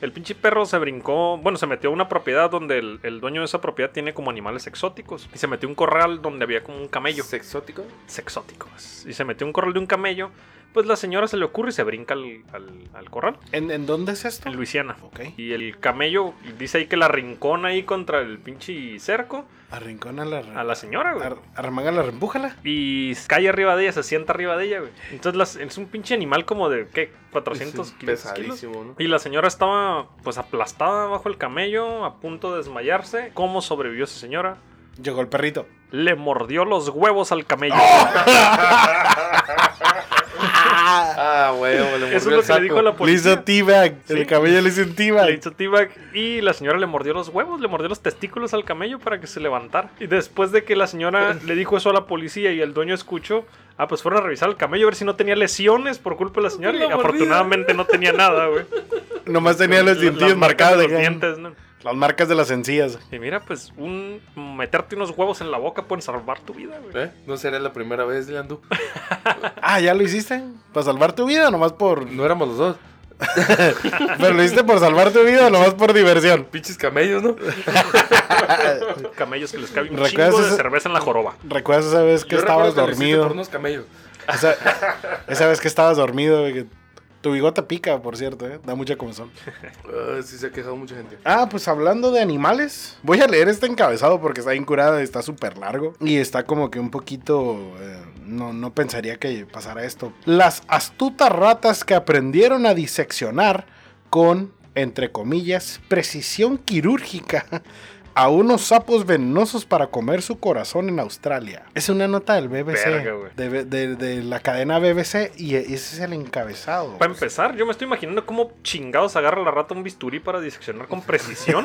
C: El pinche perro se brincó, bueno, se metió a una propiedad donde el, el dueño de esa propiedad tiene como animales exóticos. Y se metió a un corral donde había como un camello.
E: ¿Sexótico?
C: Exóticos. Y se metió a un corral de un camello. Pues la señora se le ocurre y se brinca al, al- al corral.
D: ¿En, en dónde es
E: Ah,
D: esto?
C: En Luisiana.
D: Ok.
C: Y el camello dice ahí que la rincona ahí contra el pinche cerco
D: Arrincona la...
C: a la señora, güey.
D: ar- arremángala, reempújala.
C: Y cae arriba de ella, se sienta arriba de ella, güey. Entonces las- es un pinche animal como de, ¿qué? 400
E: Sí,
C: kilos. kilos.
E: Pesadísimo, ¿no?
C: Y la señora estaba pues aplastada bajo el camello, a punto de desmayarse. ¿Cómo sobrevivió esa señora?
D: Llegó el perrito.
C: Le mordió los huevos al camello.
E: Ah, huevo, le
C: Eso
E: mordió
C: es lo
E: el
C: que le dijo
E: saco.
C: la
D: Le hizo
C: policía.
D: teabag.
C: Sí.
D: El cabello le hizo un
C: La
D: teabag.
C: iniciativa y la señora le mordió los huevos, le mordió los testículos al camello para que se levantara. Y después de que la señora le dijo eso a la policía y el dueño escuchó, ah, pues fueron a revisar al camello a ver si no tenía lesiones por culpa de la señora. Y
E: La mordida.
C: afortunadamente no tenía nada, güey.
D: Nomás tenía los
C: Las
D: dientes
C: marcas de
D: marcados.
C: los
D: acá.
C: dientes, ¿no?
D: Las marcas de las encías.
C: Y mira, pues un meterte unos huevos en la boca pueden salvar tu vida, güey.
E: ¿Eh? No sería la primera vez, Leandro.
D: Ah, ¿ya lo hiciste? ¿Para salvar tu vida o nomás por...?
E: No éramos los dos.
D: ¿Pero lo hiciste por salvar tu vida o nomás por diversión?
E: Pinches camellos, ¿no?
C: Camellos que les cabe un
D: ¿Recuerdas
C: chingo de
D: ese-
C: cerveza en la joroba.
D: ¿Recuerdas esa vez que
E: Yo
D: estabas
E: recuerdo que lo hiciste
D: dormido?
E: Por unos camellos.
D: Esa, esa vez que estabas dormido, güey, que Tu bigota pica, por cierto, ¿eh? Da mucha comezón.
E: Ah, sí, se ha quejado mucha gente.
D: Ah, pues hablando de animales, voy a leer este encabezado porque está incurada, está súper largo y está como que un poquito... eh, no, no pensaría que pasara esto. Las astutas ratas que aprendieron a diseccionar con, entre comillas, precisión quirúrgica a unos sapos venenosos para comer su corazón en Australia. Es una nota del BBC,
C: Verga, güey.
D: de, B- de- de la cadena BBC y e, ese es el encabezado.
C: Para empezar, yo me estoy imaginando cómo chingados agarra la rata un bisturí para diseccionar con precisión.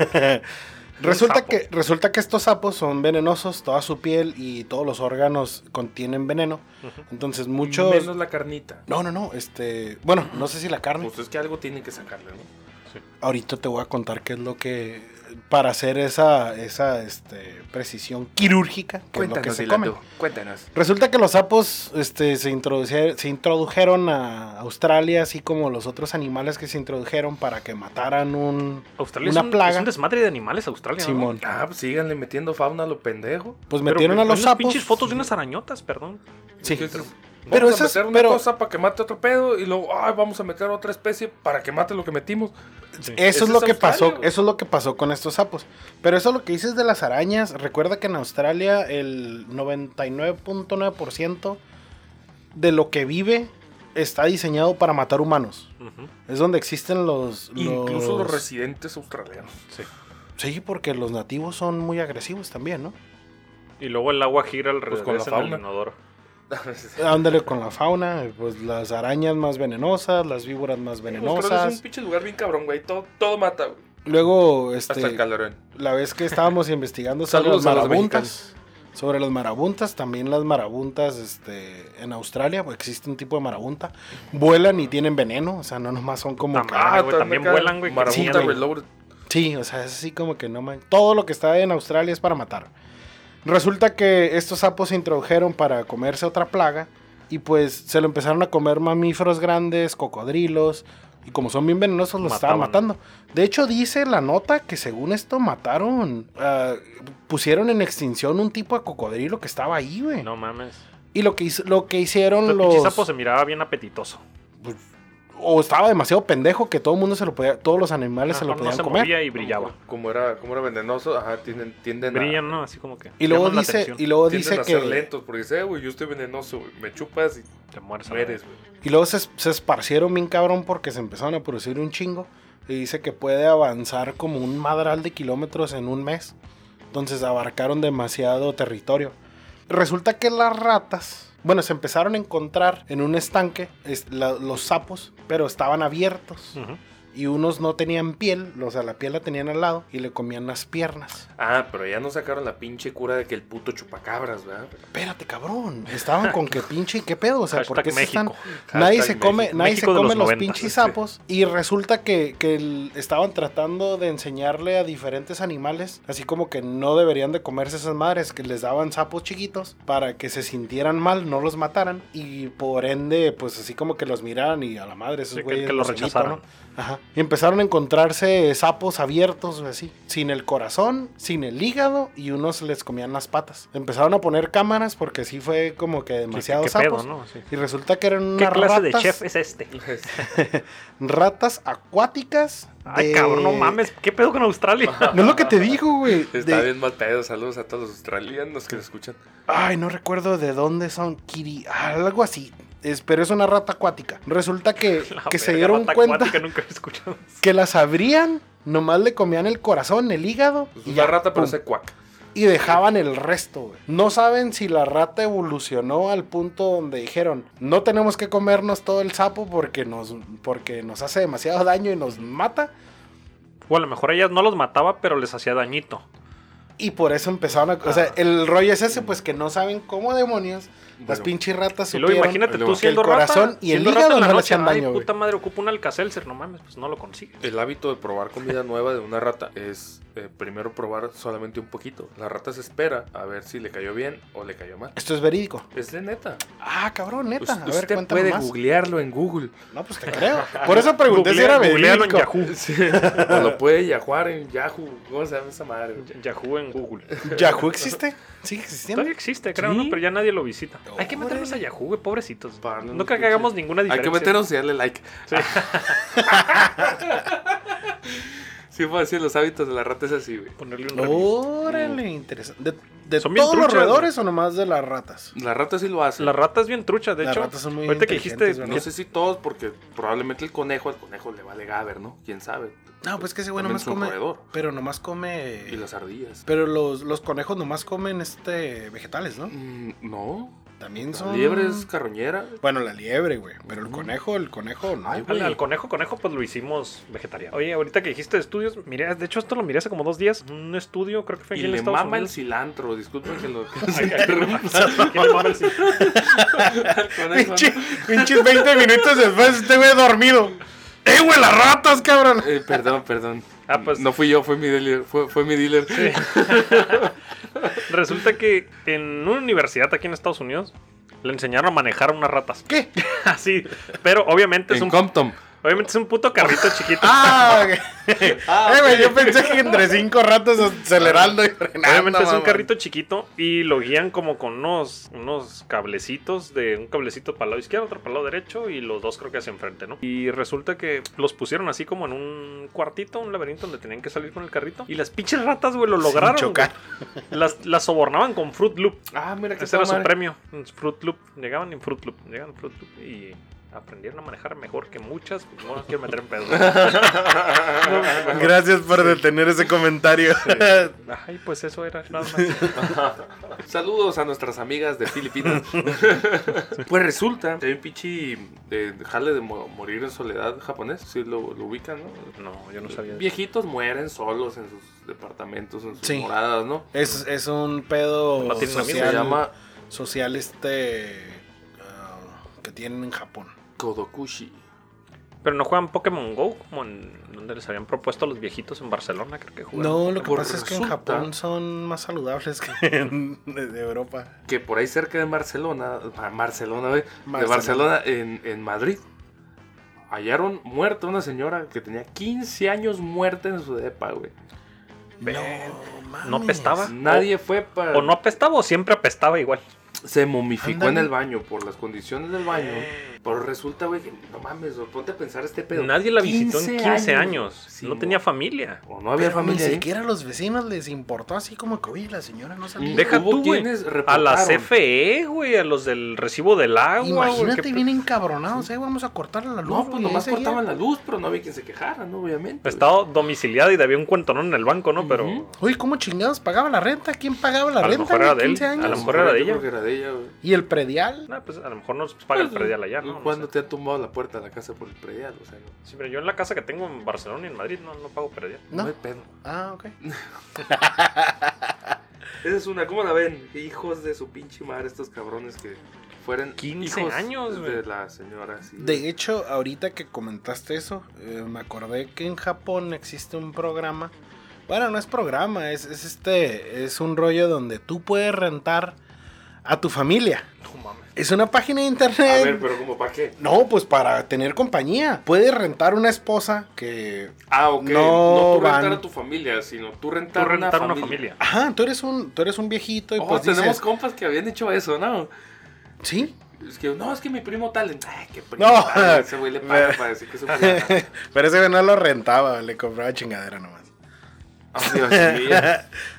D: Resulta
C: sapo.
D: que, resulta que estos sapos son venenosos, toda su piel y todos los órganos contienen veneno. Entonces muchos...
E: Menos la carnita.
D: No, no, no, este... Bueno, no sé si la carne.
C: Pues
E: Pues es que algo tienen que sacarle, ¿no?
D: Ahorita te voy a contar qué es lo que. Para hacer esa, esa este, precisión quirúrgica, qué es lo que
E: Cuéntanos,
D: se
E: Dylan,
D: comen.
E: tú, Cuéntanos.
D: Resulta que los sapos este, se, introduce- se introdujeron a Australia, así como los otros animales que se introdujeron para que mataran un,
C: Australia
D: una
C: es, un,
D: plaga.
C: es un desmadre de animales, Australia. ¿no?
D: Simón.
E: Ah, pues síganle metiendo fauna a lo pendejo.
D: Pues
C: Pero
D: metieron
C: que-
D: a los
C: unas
D: sapos.
C: pinches fotos de unas arañotas, perdón.
D: Sí.
E: Entonces, Vamos
D: Pero
E: a
D: esas-
E: meter una
D: pero-
E: cosa para que mate otro pedo y luego, ay, vamos a meter otra especie para que mate lo que metimos.
D: Eso
E: Ese
D: es lo
E: es
D: que
E: Australia,
D: pasó,
E: güey.
D: eso es lo que pasó con estos sapos. Pero eso lo que dices de las arañas, recuerda que en Australia el 99.9% de lo que vive está diseñado para matar humanos.
C: Ujú.
D: Es donde existen los,
E: Incluso los residentes australianos.
D: Sí, porque los nativos son muy agresivos también, ¿no?
C: Y luego el agua gira alrededor
E: Pues con la
C: es en el
E: fauna.
C: inodoro.
D: Ándale con la fauna, eh, pues las arañas más venenosas, las víboras más
E: Australia es un
D: venenosas.
E: pinche lugar bien cabrón, güey. Todo, todo mata, güey.
D: Luego,
E: Hasta el
D: este,
E: calorón.
D: la vez que estábamos investigando sobre las
E: Saludos a los
D: marabuntas,
E: mexicanos.
D: sobre las marabuntas, también las marabuntas este, en Australia, pues, existe un tipo de marabunta, vuelan y tienen veneno, o sea, no nomás son como...
C: Tam-
D: que-
C: Ah, güey, también
E: acá,
C: vuelan, güey, qué
E: Marabunta
D: miedo.
E: Reloaded.
D: sí, o sea, es así como que no man... Todo lo que está en Australia es para matar. Resulta que estos sapos se introdujeron para comerse otra plaga y pues se lo empezaron a comer mamíferos grandes, cocodrilos. Y como son bien venenosos, los estaban
C: Mataban.
D: matando. De hecho, dice la nota que según esto mataron, ah, pusieron en extinción un tipo de cocodrilo que estaba ahí, güey.
C: No mames.
D: Y lo que, hizo- lo que hicieron
C: El
D: los...
C: pinche sapo se miraba bien apetitoso.
D: O estaba demasiado pendejo que todo el mundo se lo podía... Todos los animales se lo
C: Mejor no
D: podían
C: se
D: comer.
C: movía y brillaba.
E: Como era, como era venenoso, ajá, tienden, tienden a-
C: Brillan, ¿no? Así como que.
D: Y luego
C: llaman la
D: dice,
C: atención.
D: y luego
E: tienden
D: dice
E: a
D: que...
E: ser lentos porque dice, "Eh, güey, yo estoy venenoso, güey, me chupas y
C: Te mueres. a la
E: mueres,
C: vez.
E: güey.
D: Y luego se, se esparcieron bien cabrón porque se empezaron a producir un chingo. Y dice que puede avanzar como un madral de kilómetros en un mes. Entonces abarcaron demasiado territorio. Resulta que las ratas, bueno, se empezaron a encontrar en un estanque es- la- los sapos, pero estaban abiertos.
C: Ujú.
D: Y unos no tenían piel, o sea, la piel la tenían al lado y le comían las piernas.
E: Ah, pero ya no sacaron la pinche cura de que el puto chupacabras, ¿verdad?
D: Espérate, cabrón. Estaban con que pinche y qué pedo. O sea, ¿por
C: Hashtag
D: qué se están,
C: México.
D: Nadie
E: Hashtag
D: se come,
E: México.
D: nadie
C: México
D: se
C: de
D: come
C: los
D: los
C: 90.
D: pinches sapos. Y resulta que, que el- estaban tratando de enseñarle a diferentes animales, así como que no deberían de comerse esas madres, que les daban sapos chiquitos para que se sintieran mal, no los mataran. Y por ende, pues así como que los miraran y a la madre, esos
C: Sí, que-
D: güeyes.
C: que los
D: los evito,
C: rechazaran.
D: ¿no? Ajá. Y empezaron a encontrarse sapos abiertos, así, sin el corazón, sin el hígado, y unos les comían las patas. Empezaron a poner cámaras porque sí fue como que
C: Sí,
D: demasiados
C: ¿Qué
D: sapos.
C: pedo, no? Sí.
D: Y resulta que eran unas
C: ¿Qué clase de
D: ratas-
C: chef es este?
D: ratas acuáticas.
C: Ay,
D: de-
C: cabrón, no mames. ¿Qué pedo con Australia?
D: No es lo que te digo, güey.
E: Está
D: de-
E: bien mal pedo, saludos a todos los australianos que lo escuchan.
D: Ay, no recuerdo de dónde son. Kiri, algo así. Es- pero es una rata acuática. Resulta que,
C: La
D: que se
C: verga,
D: dieron
C: rata
D: cuenta
C: acuática, nunca he escuchado.
D: que las abrían, nomás le comían el corazón, el hígado.
E: Pues
D: y
E: una
D: ya,
E: rata pero
D: pum,
E: ese cuac.
D: Y dejaban el resto, güey. No saben si la rata evolucionó al punto donde dijeron, no tenemos que comernos todo el sapo porque nos, porque nos hace demasiado daño y nos mata.
C: O a lo mejor ellas no los mataba, pero les hacía dañito.
D: Y por eso empezaron a... O
E: Ah.
D: sea, el rollo es ese, pues que no saben cómo demonios las
E: Bueno.
D: pinches ratas
C: Y luego
D: supieron
C: imagínate
E: y
C: tú
E: luego-
C: siendo
D: el
C: rata.
D: corazón y el
C: siendo
D: hígado
C: rata en la
D: no le
C: noche,
D: hacían
C: ay,
D: daño, güey.
C: puta madre, ocupa un Alcacelser, no mames, pues no lo consigues.
E: El hábito de probar comida nueva de una rata es eh, primero probar solamente un poquito. La rata se espera a ver si le cayó bien o le cayó mal.
D: Esto es verídico.
E: Es de neta.
D: Ah, cabrón, neta.
E: Us-
D: a ver,
E: Pues usted
D: cuéntame
E: puede
D: más.
E: googlearlo en Google.
D: No, pues te creo. Por eso pregunté si era
C: Googlea- googlealo en
D: verídico.
C: Yahoo.
E: o lo puede yajuar en Yahoo. ¿Cómo se llama esa madre? güey?
C: Y- Yahoo en Google.
D: ¿Yahoo existe? ¿Sigue existiendo?
C: Todavía existe, creo,
D: Sí.
C: ¿no? Pero ya nadie lo visita.
D: Órale.
C: Hay que meternos a Yahoo, güey, pobrecitos.
E: Para
C: No creo
E: escuchar.
C: que hagamos ninguna
E: Hay
C: diferencia.
E: que meternos y darle like.
C: Sí.
E: Sí, fue así, los hábitos de la rata es así, güey.
C: Ponerle un review.
D: Órale, interesante. ¿De, de
C: Mm. Son
D: todos
C: bien
D: los
C: truchas,
D: roedores o nomás de las ratas?
E: La rata sí lo hace.
C: La rata es bien trucha, de
D: Las
C: hecho.
D: ratas son muy
C: ahorita que dijiste,
D: inteligentes,
E: No sé si todos, porque probablemente el conejo, al conejo le vale gaber, ¿no? ¿Quién sabe?
D: No, pues que ese güey
E: También
D: nomás
E: es un
D: come...
E: roedor.
D: Pero nomás come...
E: Y las ardillas.
D: Pero los, los conejos nomás comen este vegetales, ¿no?
E: Mm, no.
D: También
E: La
D: son...
E: liebre es carroñera.
D: Bueno, la liebre, güey. Pero el
E: Ujú.
D: conejo, el conejo no.
E: Ay,
C: Al,
E: güey.
C: al conejo, conejo, pues lo hicimos vegetariano. Oye, ahorita que dijiste estudios, miré, de hecho esto lo miré hace como dos días. Un estudio, creo que fue aquí
E: Y
C: en
E: le
C: Estados
E: mama el
C: Unidos.
E: cilantro. Disculpen que lo.
C: Ay, ay, ay, ¿quién le mama el cilantro?
E: Con eso,
D: Pinche- Pinches 20 minutos después este güey dormido. ¡Eh, güey, las ratas, cabrón!
E: Eh, perdón, perdón.
C: Ah, pues- este
E: No fui yo, fue mi dealer. Fue, fue mi dealer.
C: Resulta que en una universidad aquí en Estados Unidos le enseñaron a manejar unas ratas.
D: ¿Qué?
C: Así, pero obviamente es
E: En
C: un
E: Compton.
C: obviamente es un puto carrito chiquito.
D: ¡Ah! eh, güey, yo pensé que entre cinco ratas acelerando y frenando.
C: Ah, Obviamente es un
D: mamón.
C: carrito chiquito y lo guían como con unos, unos cablecitos, de un cablecito para el lado izquierdo, otro para el lado derecho y los dos creo que hacia enfrente, ¿no? Y resulta que los pusieron así como en un cuartito, un laberinto donde tenían que salir con el carrito y las pinches ratas, güey, lo lograron.
D: chocar.
C: güey. Las, las sobornaban con Fruit Loop.
E: Ah, mira que
C: Ese era su premio, un Fruit Loop. Llegaban en Fruit Loop, llegaban en Fruit Loop y aprendieron a manejar mejor que muchas. Pues, no, no quiero meter en pedo.
D: Gracias por detener ese comentario.
C: Ay, pues eso era nada más.
E: Saludos a nuestras amigas de Filipinas. pues resulta que hay un pichi de jale de mo- morir en soledad japonés. Si lo, lo ubican, ¿no?
C: No, yo no sabía. de eso.
E: Viejitos mueren solos en sus departamentos, en sus
D: Sí.
E: moradas, ¿no?
D: es, es un pedo
C: Latin
D: social,
C: también
E: Se llama
D: social este ah, que tienen en Japón.
E: Kodokushi.
C: Pero no juegan Pokémon Go como en donde les habían propuesto a los viejitos en Barcelona, creo que jugaban.
D: No, lo que
E: Por
D: pasa es que en
E: resulta-
D: Japón son más saludables que en de Europa.
E: Que por ahí cerca de Barcelona, Ba- Barcelona, güey, de
D: Barcelona.
E: Barcelona en, en Madrid, hallaron muerta una señora que tenía 15 años muerta en su depa, güey.
D: No,
C: ¿No apestaba?
E: Nadie fue para...
C: Ah, O no apestaba o siempre apestaba igual.
E: Se momificó en
D: Ándale.
E: el baño por las condiciones del baño. Pero resulta, güey, que no mames, güey, ponte a pensar este pedo.
C: Nadie la visitó en 15 años.
E: Sí,
C: no
E: mo-
C: tenía familia.
E: O no había
D: Pero
E: familia.
D: Ni
E: ahí.
D: siquiera a los vecinos les importó así como que, oye, la señora no
E: Y
D: salió.
C: Deja
E: hubo
C: tú, güey.
E: quienes
C: A la E.
E: reportaron.
C: CFE, güey, a los del recibo del agua. güey,
D: Imagínate,
C: que-
D: bien encabronados, eh, vamos a cortarle la luz.
E: No, pues
D: güey,
E: nomás
D: ese día.
E: cortaban la luz, pero no había quien se quejara, ¿no? Obviamente. güey.
C: pues, Estaba domiciliada y debía un cuentonón en el banco, ¿no? Pero
E: Ujú.
D: Oye, ¿cómo chingados pagaba la renta? ¿Quién pagaba la
C: A lo
D: renta?
C: mejor
D: güey?
C: era de él,
D: 15
C: a lo
E: A
D: años.
E: lo
C: mejor
E: mejor
C: era
E: yo
C: de ella.
E: creo que era de ella, güey.
D: ¿Y el predial?
C: nah, pues, a lo mejor nos paga el predial allá, ¿no? No
E: ¿Cuándo
C: sé.
E: te ha tumbado la puerta de la casa por el predial? O sea, no,
C: Sí, pero yo en la casa que tengo en Barcelona y en Madrid no, no pago predial.
E: no
D: No.
E: hay pedo.
D: Ah, ok.
E: Esa es una, ¿cómo la ven? Hijos de su pinche madre, estos cabrones que fueran
C: 15
E: hijos
C: años,
E: de
C: güey.
E: la señora. sí.
D: De hecho, ahorita que comentaste eso, eh, me acordé que en Japón existe un programa. Bueno, no es programa, es, es este. Es un rollo donde tú puedes rentar a tu familia.
C: No mames.
D: Es una página de internet.
E: A ver, pero ¿cómo para qué?
D: No, pues para tener compañía. Puedes rentar una esposa que.
E: Ah, ok. No,
D: No
E: tú rentar
D: van.
E: a tu familia, sino tú
C: Tú
E: rentar,
C: rentar
E: una,
C: una familia.
E: familia.
D: Ajá, tú eres un, tú eres un viejito y
E: Oh,
D: pues
E: tenemos
D: dices,
E: compas que habían hecho eso, ¿no?
D: Sí.
E: Es que, no, es que mi primo talent. Ay, qué primo.
D: No.
E: Talent. Ese güey le paga
D: Ver-
E: para decir que es un primo.
D: Pero ese güey no lo rentaba, le compraba chingadera nomás.
E: Ah, Dios mío.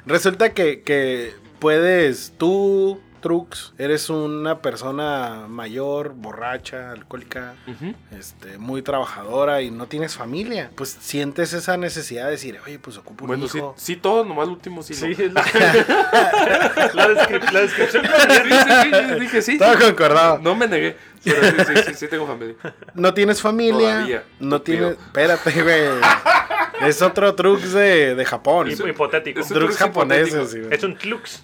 D: Resulta que, que puedes, tú, Trux, eres una persona mayor, borracha, alcohólica,
E: Ujú.
D: este, muy trabajadora y no tienes familia. Pues sientes esa necesidad de decir, oye, pues ocupo un
E: Bueno, sí,
D: hijo.
E: sí, todos, nomás el último sí.
C: Sí,
E: ¿no?
C: es la, la descri- la descripción.
E: Sí, sí, sí, yo dije sí.
D: Estaba concordado.
E: No me negué, pero sí, sí, sí, sí tengo familia.
D: No tienes familia.
E: Todavía,
D: no
E: estúpido.
D: tienes. Espérate, güey. es otro Trux de, de Japón.
C: Hip- hipotético.
E: es
C: Es
E: un
C: un,
D: Trux
E: pues, Trux hipotético.
D: japoneses. sí, güey.
C: tlux.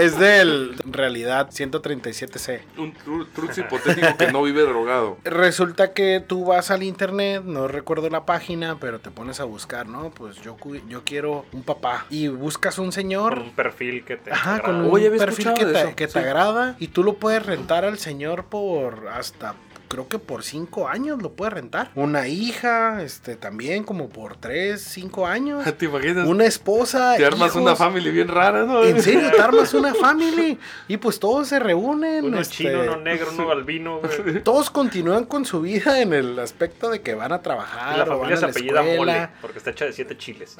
D: Es del Realidad 137C.
E: Un tru- trux hipotético que no vive drogado.
D: Resulta que tú vas al internet, no recuerdo la página, pero te pones a buscar, ¿no? Pues yo, cu- yo quiero un papá. Y buscas un
C: Con
D: señor.
C: un perfil que te.
D: Ajá, con
C: agrada.
D: un
E: Oye, había
D: perfil
E: escuchado
D: que,
E: de
D: te,
E: eso,
D: que te
E: sí.
D: agrada. Y tú lo puedes rentar al señor por hasta, creo que por cinco años lo puedes rentar. Una hija, este, también como por tres, cinco años.
E: ¿Te imaginas?
D: Una esposa.
E: Te armas
D: hijos.
E: una family bien rara, ¿no?
D: En serio, te armas una family. Y pues todos se reúnen.
C: Uno
D: este,
C: chino, uno negro, uno albino. güey.
D: todos continúan con su vida en el aspecto de que van a trabajar
C: Y la
D: o Ah, van
C: familia
D: a
C: se
D: la
C: apellida
D: escuela,
C: Mole, porque está hecha de siete chiles.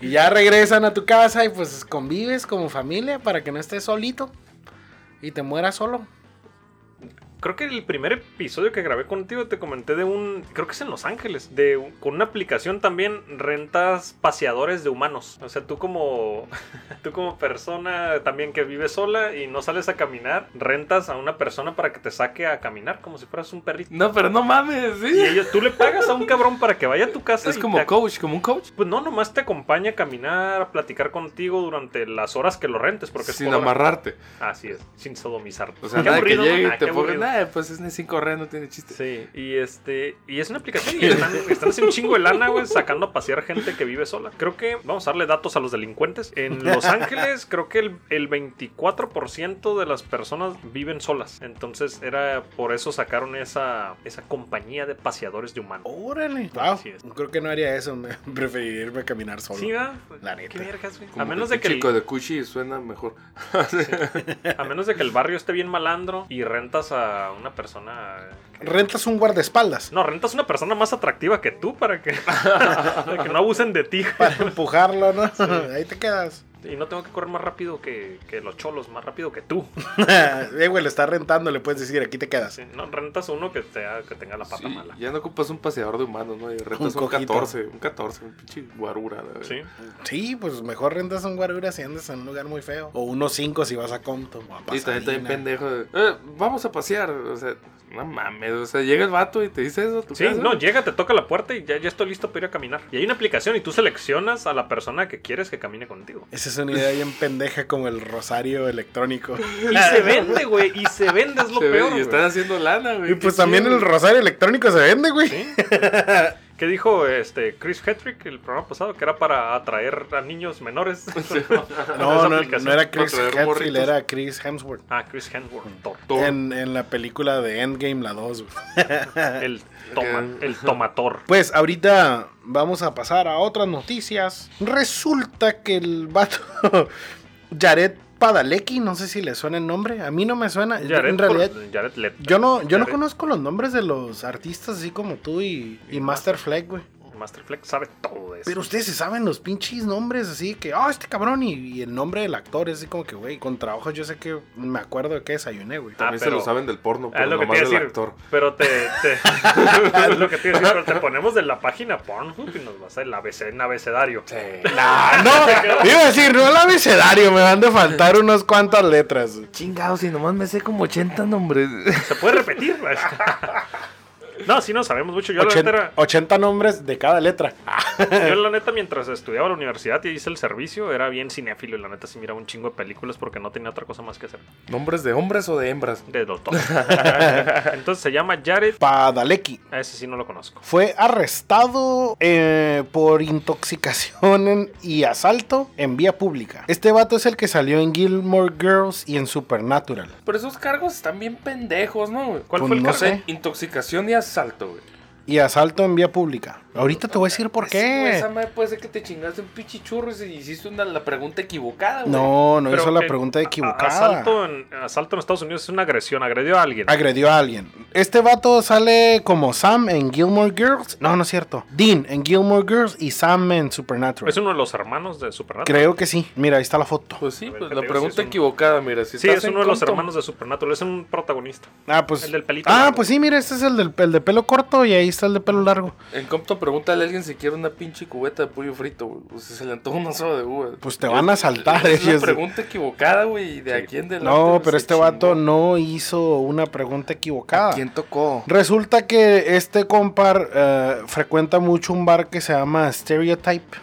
D: y ya regresan a tu casa y pues convives como familia para que no estés solito y te mueras solo.
C: Creo que el primer episodio que grabé contigo te comenté de un. Creo que es en Los Ángeles. De, un- con una aplicación también rentas paseadores de humanos. O sea, tú como. Tú como persona también que vive sola y no sales a caminar, rentas a una persona para que te saque a caminar como si fueras un perrito.
E: No, pero no mames,
C: Y
E: ¿sí?
C: ellos, tú le pagas a un cabrón para que vaya a tu casa.
E: Es
C: y
E: como
C: te-
E: coach, como un coach.
C: Pues no, nomás te acompaña a caminar, a platicar contigo durante las horas que lo rentes. Porque es
E: sin
C: por hora.
E: amarrarte.
C: Así es, sin sodomizarte.
E: O sea, nada que llegue y te ponga,
C: aburrido.
E: ah, pues es sin correr, no tiene chiste.
C: Sí, y este y es una aplicación y están, están haciendo un chingo de lana, güey, sacando a pasear gente que vive sola. Creo que vamos a darle datos a los delincuentes. En Los Ángeles creo que el, el 24% de las personas viven solas. Entonces era por eso sacaron esa, esa compañía de paseadores de humanos.
D: Órale. Wow.
C: Así es.
D: Creo que no haría eso. me- Preferiría irme a caminar solo.
C: Sí, ¿verdad?
D: La
C: Qué
D: neta.
C: vergas, güey.
E: Oh, Como
C: A menos de que el-
E: chico de Cuchi suena mejor.
C: A menos de que el barrio esté bien malandro y rentas a una persona. que-
D: Rentas un guardaespaldas
C: No, rentas una persona más atractiva que tú para que, para que no abusen de ti.
D: para empujarlo, ¿no? Ahí te quedas.
C: Y no tengo que correr más rápido que, que los cholos, más rápido que tú.
D: eh, güey, le está rentando, le puedes decir, aquí te quedas.
C: Sí, no, rentas uno que, te- que tenga la pata
E: Sí,
C: mala.
E: ya no ocupas un paseador de humanos, ¿no? Y rentas
D: Un
E: un,
D: cojito.
E: 14, un 14, un pinche guarura. la verdad.
C: Sí.
D: Sí, pues mejor rentas un guarura si andas en un lugar muy feo. O unos cinco si vas a Compton. o a
E: Y también está bien
D: Pasadena.
E: pendejo. de, "Eh, vamos a pasear. O sea, no mames. O sea, llega el vato y te dice eso. a tu
C: Sí,
E: casa.
C: no, llega, te toca la puerta y ya, ya estoy listo para ir a caminar. Y hay una aplicación y tú seleccionas a la persona que quieres que camine contigo.
D: Esa es una idea bien pendeja como el rosario electrónico.
C: Y se vende, güey. Y Ah. se vende, es lo
E: Se ve,
C: peor.
E: Y
C: güey.
E: están haciendo lana, güey.
D: Y
E: qué
D: pues también
E: chido,
D: el
E: güey.
D: rosario electrónico se vende, güey.
C: ¿Sí? ¿Qué dijo este Chris Hetrick el programa pasado? Que era para atraer a niños menores.
D: No,
C: Esa
D: no,
C: aplicación.
D: no era Chris
E: para traer
D: Hadfield,
E: morritos.
D: era Chris Hemsworth.
C: Ah, Chris Hemsworth, Thor.
E: Thor.
D: En, en la película de Endgame, la 2. güey. Ah,
C: El, toma, el tomator.
D: Pues ahorita vamos a pasar a otras noticias. Resulta que el vato Jared Padalecki, no sé si le suena el nombre, a mí no me suena.
C: Jared,
D: en realidad,
C: por- Jared Leto.
D: yo no, yo no
C: Jared-
D: conozco los nombres de los artistas así como tú y, y Master Flag, güey.
C: Master Flex sabe todo de eso.
D: Pero ustedes se saben los pinches nombres así que, ah, este cabrón y, y el nombre del actor es así como que, güey, con trabajo yo sé que me acuerdo de que desayuné, güey.
C: Ah,
E: También se
C: pero-
E: lo saben del porno,
C: Ah,
E: pero
C: es lo que te
E: nomás
C: iba a
E: del
C: decir.
E: actor.
C: Pero te. te es lo que te iba a decir, pero te ponemos de la página Pornhub y nos vas a el ABC, en abecedario.
E: Eh,
D: Ah, no, iba a decir, no el abecedario, me van a faltar unas cuantas letras.
E: Chingados, y nomás me sé como 80 nombres.
C: ¿Se puede repetir? no, sí, no sabemos mucho. Yo la
D: Ochen-
C: neta era-
D: 80 nombres de cada letra.
C: Yo la neta mientras estudiaba en la universidad y hice el servicio era bien cinéfilo y la neta sí miraba un chingo de películas porque no tenía otra cosa más que hacer.
E: ¿Nombres de hombres o de hembras?
C: De doctor. Entonces se llama Jared.
D: Padalecki
C: A ese sí no lo conozco.
D: fue arrestado eh, por intoxicación en- y asalto en vía pública. Este vato es el que salió en Gilmore Girls y en Supernatural.
E: Pero esos cargos están bien pendejos, ¿no? güey?
C: ¿Cuál
D: Pues
C: fue el
D: no
C: caso?
D: sé.
E: Intoxicación y asalto, güey.
D: Y asalto en vía pública. Ahorita te voy a decir por
E: Sí, güey, esa
D: qué.
E: madre puede ser que te chingaste un pichichurro y hiciste una, la pregunta equivocada, güey.
D: No, no
C: Pero,
D: hizo la
C: eh,
D: pregunta
C: a- a-
D: equivocada.
C: Asalto en, asalto en Estados Unidos es una agresión, agredió a alguien.
D: Agredió a alguien. Este vato sale como Sam en Gilmore Girls. No, no es cierto. Dean en Gilmore Girls y Sam en Supernatural.
C: Es uno de los hermanos de Supernatural.
D: Creo que sí. Mira, ahí está la foto.
E: Pues sí,
C: A ver,
E: pues
C: ¿qué
E: la
C: te digo?
E: pregunta
C: Sí, es un-
E: equivocada, mira. Si
C: Sí,
E: estás
C: es
E: en
C: uno de los
E: Compton-
C: hermanos de Supernatural, es un protagonista.
D: Ah, pues.
C: El del pelito
D: ah,
C: largo.
D: pues sí, mira, este es el, del, el de pelo corto y ahí está el de pelo largo.
E: En Compton, pregúntale a alguien si quiere una pinche cubeta de pollo frito, güey. O si se le antoja una soda de uva.
D: Pues te van a saltar
E: Es una
D: ellos.
E: pregunta equivocada, güey. y De aquí en delante,
D: No,
E: pues,
D: pero
E: se
D: este vato
E: chingó.
D: no hizo una pregunta equivocada.
E: ¿Quién tocó?
D: Resulta que este compar eh, frecuenta mucho un bar que se llama Stereotype,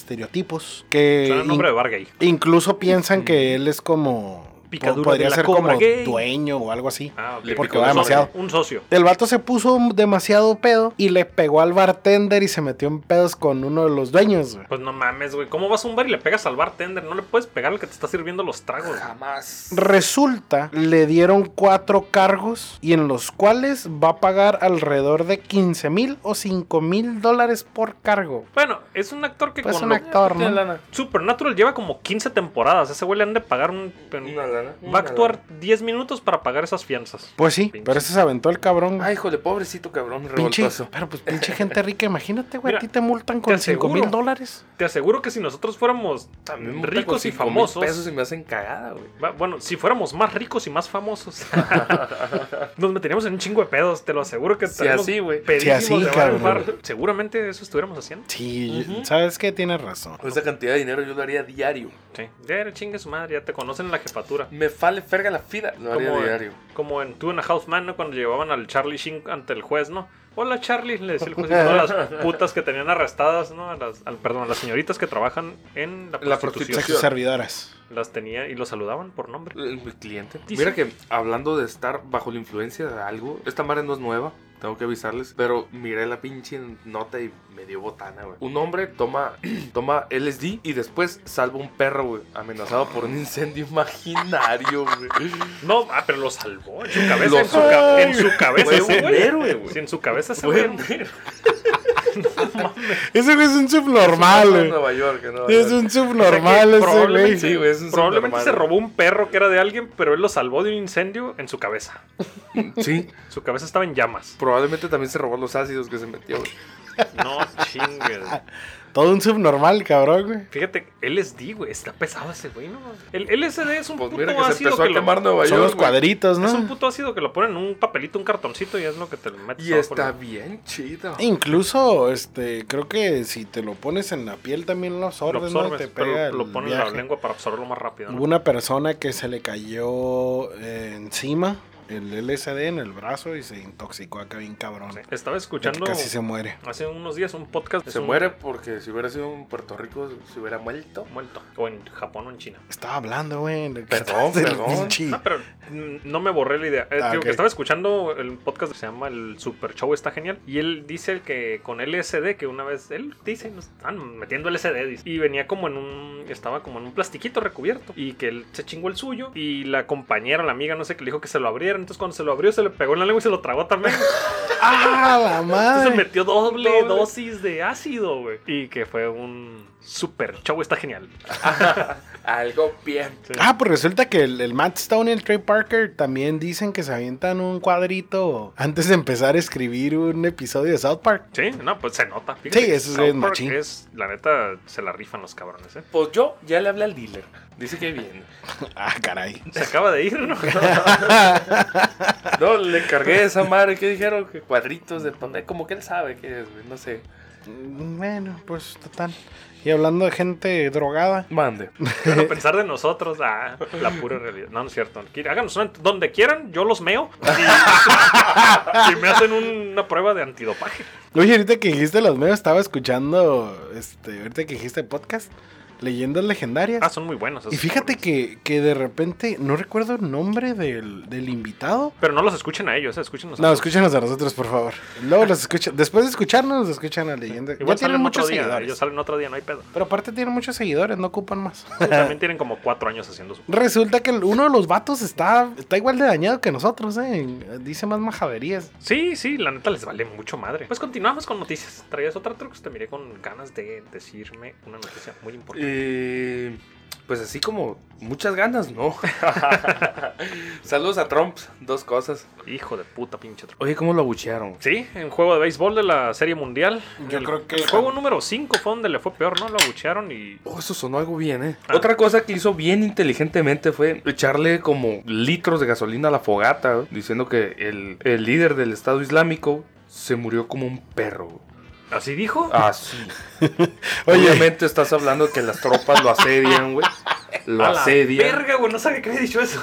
D: estereotipos, que
C: Suena el nombre de
D: in-
C: bar gay.
D: incluso piensan que él es como po-
C: Picadura
D: podría
C: de la
D: ser
C: cobra
D: como
C: gay.
D: dueño o algo así.
C: Ah, ok.
E: Le
D: Porque
E: picó
D: va
E: el
C: Un socio,
D: demasiado.
C: Un socio.
D: El vato se puso demasiado pedo y le pegó al bartender y se metió en pedos con uno de los dueños. güey.
C: Pues no mames, güey. ¿Cómo vas a un bar y le pegas al bartender? No le puedes pegar al que te está sirviendo los
E: Ah,
C: tragos. güey.
E: Jamás.
D: Resulta, le dieron cuatro cargos y en los cuales va a pagar alrededor de 15 mil o 5 mil dólares por cargo.
C: Bueno, es un actor que
D: Pues
C: con
D: un
C: lo-
D: actor,
E: Tiene
D: ¿no?
E: lana.
C: Supernatural lleva como 15 temporadas. Ese güey le han de pagar un.
E: Una lana.
C: Va a actuar 10 minutos para pagar esas fianzas.
D: Pues sí,
C: Pinche.
D: pero ese se aventó el cabrón. güey.
E: Ay, híjole, pobrecito cabrón,
D: Pinche,
E: revoltoso.
D: pero pues pinche gente rica, imagínate, güey, a
C: Mira,
D: ti te multan con
C: te
D: 5 mil
C: aseguro.
D: dólares.
C: Te aseguro que si nosotros fuéramos
E: También me multan con
C: ricos y
E: cinco mil
C: famosos.
E: pesos y me hacen cagada, güey.
C: va- Bueno, si fuéramos más ricos y más famosos, nos meteríamos en un chingo de pedos, te lo aseguro que
E: Si así, güey.
C: pedísimos
D: Si así,
C: de bar en
D: cabrón.
C: bar. Seguramente eso estuviéramos haciendo.
D: Sí, sabes que tienes razón.
E: Con esa cantidad de dinero yo lo haría diario.
C: Sí. Ya era chingue su madre, ya te conocen en la jefatura.
E: Me fale ferga la fida. Lo haría
C: Como,
E: diario.
C: como en Two and a Half Man, ¿no? Cuando llevaban al Charlie Sheen ante el juez, ¿no? Hola Charlie, le decía el juez a todas las putas que tenían arrestadas, ¿no? A las, al- perdón, a las señoritas que trabajan en la
E: La
C: prostitución.
E: prostitución.
D: servidoras.
C: Las tenía y los saludaban por nombre.
E: Eh, Mi cliente.
C: Dice-
E: Mira que hablando de estar bajo la influencia de algo, esta madre no es nueva. Tengo que avisarles, pero miré la pinche nota y me dio botana, güey. Un hombre toma, toma LSD y después salva un perro, güey, amenazado por un incendio imaginario, güey.
C: No, ah, pero lo salvó en su cabeza.
E: Lo
C: en, su ca-
E: salvó.
C: en su cabeza,
E: Fue
C: ese
E: un
C: güey.
E: héroe, güey.
C: Sí, en su cabeza se
E: Fue
C: fue.
E: un
D: Ese güey es un subnormal,
E: En
D: güey.
E: Nueva York, en Nueva
D: Es
E: York.
D: un subnormal ese
C: probablemente-
D: güey.
E: Sí, güey, es un
C: Probablemente
E: subnormal.
C: se robó un perro que era de alguien, pero él lo salvó de un incendio en su cabeza.
E: Sí,
C: Su cabeza estaba en llamas.
E: probablemente también se robó los ácidos que se metió, güey.
C: No chingues.
D: Todo un subnormal, cabrón, güey.
C: Fíjate, LSD, güey, está pesado ese güey, ¿no? El LSD es un
E: Pues
C: puto
E: mira que se
C: ácido
E: empezó a
C: que lo...
E: quemar Nueva
D: Son
E: York.
D: los
E: güey.
D: cuadritos,
C: Es un
D: ¿no?
C: puto ácido que lo ponen en un papelito, un cartoncito y es lo que te lo metes.
E: Y
C: abajo,
E: está
C: güey.
E: bien chido.
D: Incluso, este, creo que si te lo pones en la piel también lo
C: lo
D: absorbes, ¿no? Y
C: absorbes,
D: Te pega
C: pero
D: el
C: lo ponen en la
D: viaje.
C: lengua para absorberlo más rápido. ¿no?
D: Hubo una persona que se le cayó eh, encima el LSD en el brazo y se intoxicó acá bien cabrón.
C: Sí. Estaba
D: Ya que
C: escuchando
D: Casi se muere.
C: hace unos días un podcast. de
E: Se
C: un-
E: muere porque si hubiera sido en Puerto Rico, se hubiera muerto.
C: Muerto. O en Japón o en China.
D: Estaba hablando, güey. de-
E: Perdón,
D: del
E: perdón.
D: pinche-
C: Ah, pero mm, no me borré la idea. Eh,
D: Ah,
C: digo
D: ok.
C: que estaba escuchando el podcast que se llama El Super Show está genial. Y él dice que con LSD, que una vez él dice, nos están metiendo LSD. dice. y venía como en un, estaba como en un plastiquito recubierto. Y que él se chingó el suyo. Y la compañera, la amiga, no sé qué, le dijo que se lo abriera. Entonces cuando se lo abrió, se le pegó en la lengua y se lo tragó también.
D: ¡Ah, la
C: Entonces se
D: madre!
C: metió doble,
E: Doble.
C: dosis de ácido, güey. Y que fue un Super Show está genial.
E: Algo bien.
D: Ah, pues resulta que el, el Matt Stone y el Trey Parker también dicen que se avientan un cuadrito antes de empezar a escribir un episodio de South Park.
C: Sí, no, pues se nota.
D: Sí,
C: que
D: eso es
C: South
D: bien
C: Park
D: machín.
C: es- la neta, se la rifan los cabrones, ¿eh?
E: Pues yo ya le hablé al dealer. Dice que viene.
D: Ah, caray.
C: Se acaba de ir, ¿no?
E: No, le cargué esa madre. ¿Qué dijeron? Que cuadritos de poner. Como que él sabe qué es, güey. No sé.
D: Mm, Bueno, pues total. Y hablando de gente drogada.
E: Mande.
C: Pero pensar de nosotros, ah, la pura realidad. No, no es cierto. Aquí, Háganos una- donde quieran, yo los meo. Y, y me hacen un- una prueba de antidopaje.
D: Oye, ahorita que dijiste los medios, estaba escuchando, este, ahorita que dijiste podcast, leyendas legendarias.
C: Ah, son muy buenos. esos
D: y fíjate
C: cabrones.
D: que, que de repente, no recuerdo el nombre del, del invitado.
C: Pero no los escuchen a ellos, eh, escuchen
D: No, escúchanos a nosotros, por favor. Luego los escuchan, después de escucharnos, los escuchan a leyendas. Ya
C: Igual
D: tienen
C: salen
D: muchos
C: otro día.
D: seguidores.
C: Ellos salen otro día, no hay pedo.
D: Pero aparte tienen muchos seguidores, no ocupan más.
C: Sí, También tienen como cuatro años haciendo su.
D: Resulta que el- uno de los vatos está, está igual de dañado que nosotros, ¿eh? Dice más majaderías.
C: Sí, sí, la neta les vale mucho madre. Pues continuamos con noticias. Traías otra trucos, te miré con ganas de decirme una noticia muy importante.
E: Eh, pues así como muchas ganas, ¿no? Saludos a Trump. Dos cosas.
C: Hijo de puta, pinche truco.
E: Oye, ¿cómo lo abuchearon?
C: Sí, en juego de béisbol de la Serie Mundial.
D: Yo
C: El-
D: creo que-
C: El juego número 5 fue donde le fue peor, ¿no? Lo abuchearon y.
E: Oh, eso sonó algo bien, ¿eh?
C: Ah.
E: Otra cosa que hizo bien inteligentemente fue echarle como litros de gasolina a la fogata, ¿eh? diciendo que el, el líder del Estado Islámico se murió como un perro.
C: ¿Así dijo?
E: Así.
D: Oye.
E: Ah, Obviamente estás hablando que las tropas lo asedian, güey. Lo
C: A la
E: asedian.
C: verga, güey, no sabía que había dicho eso.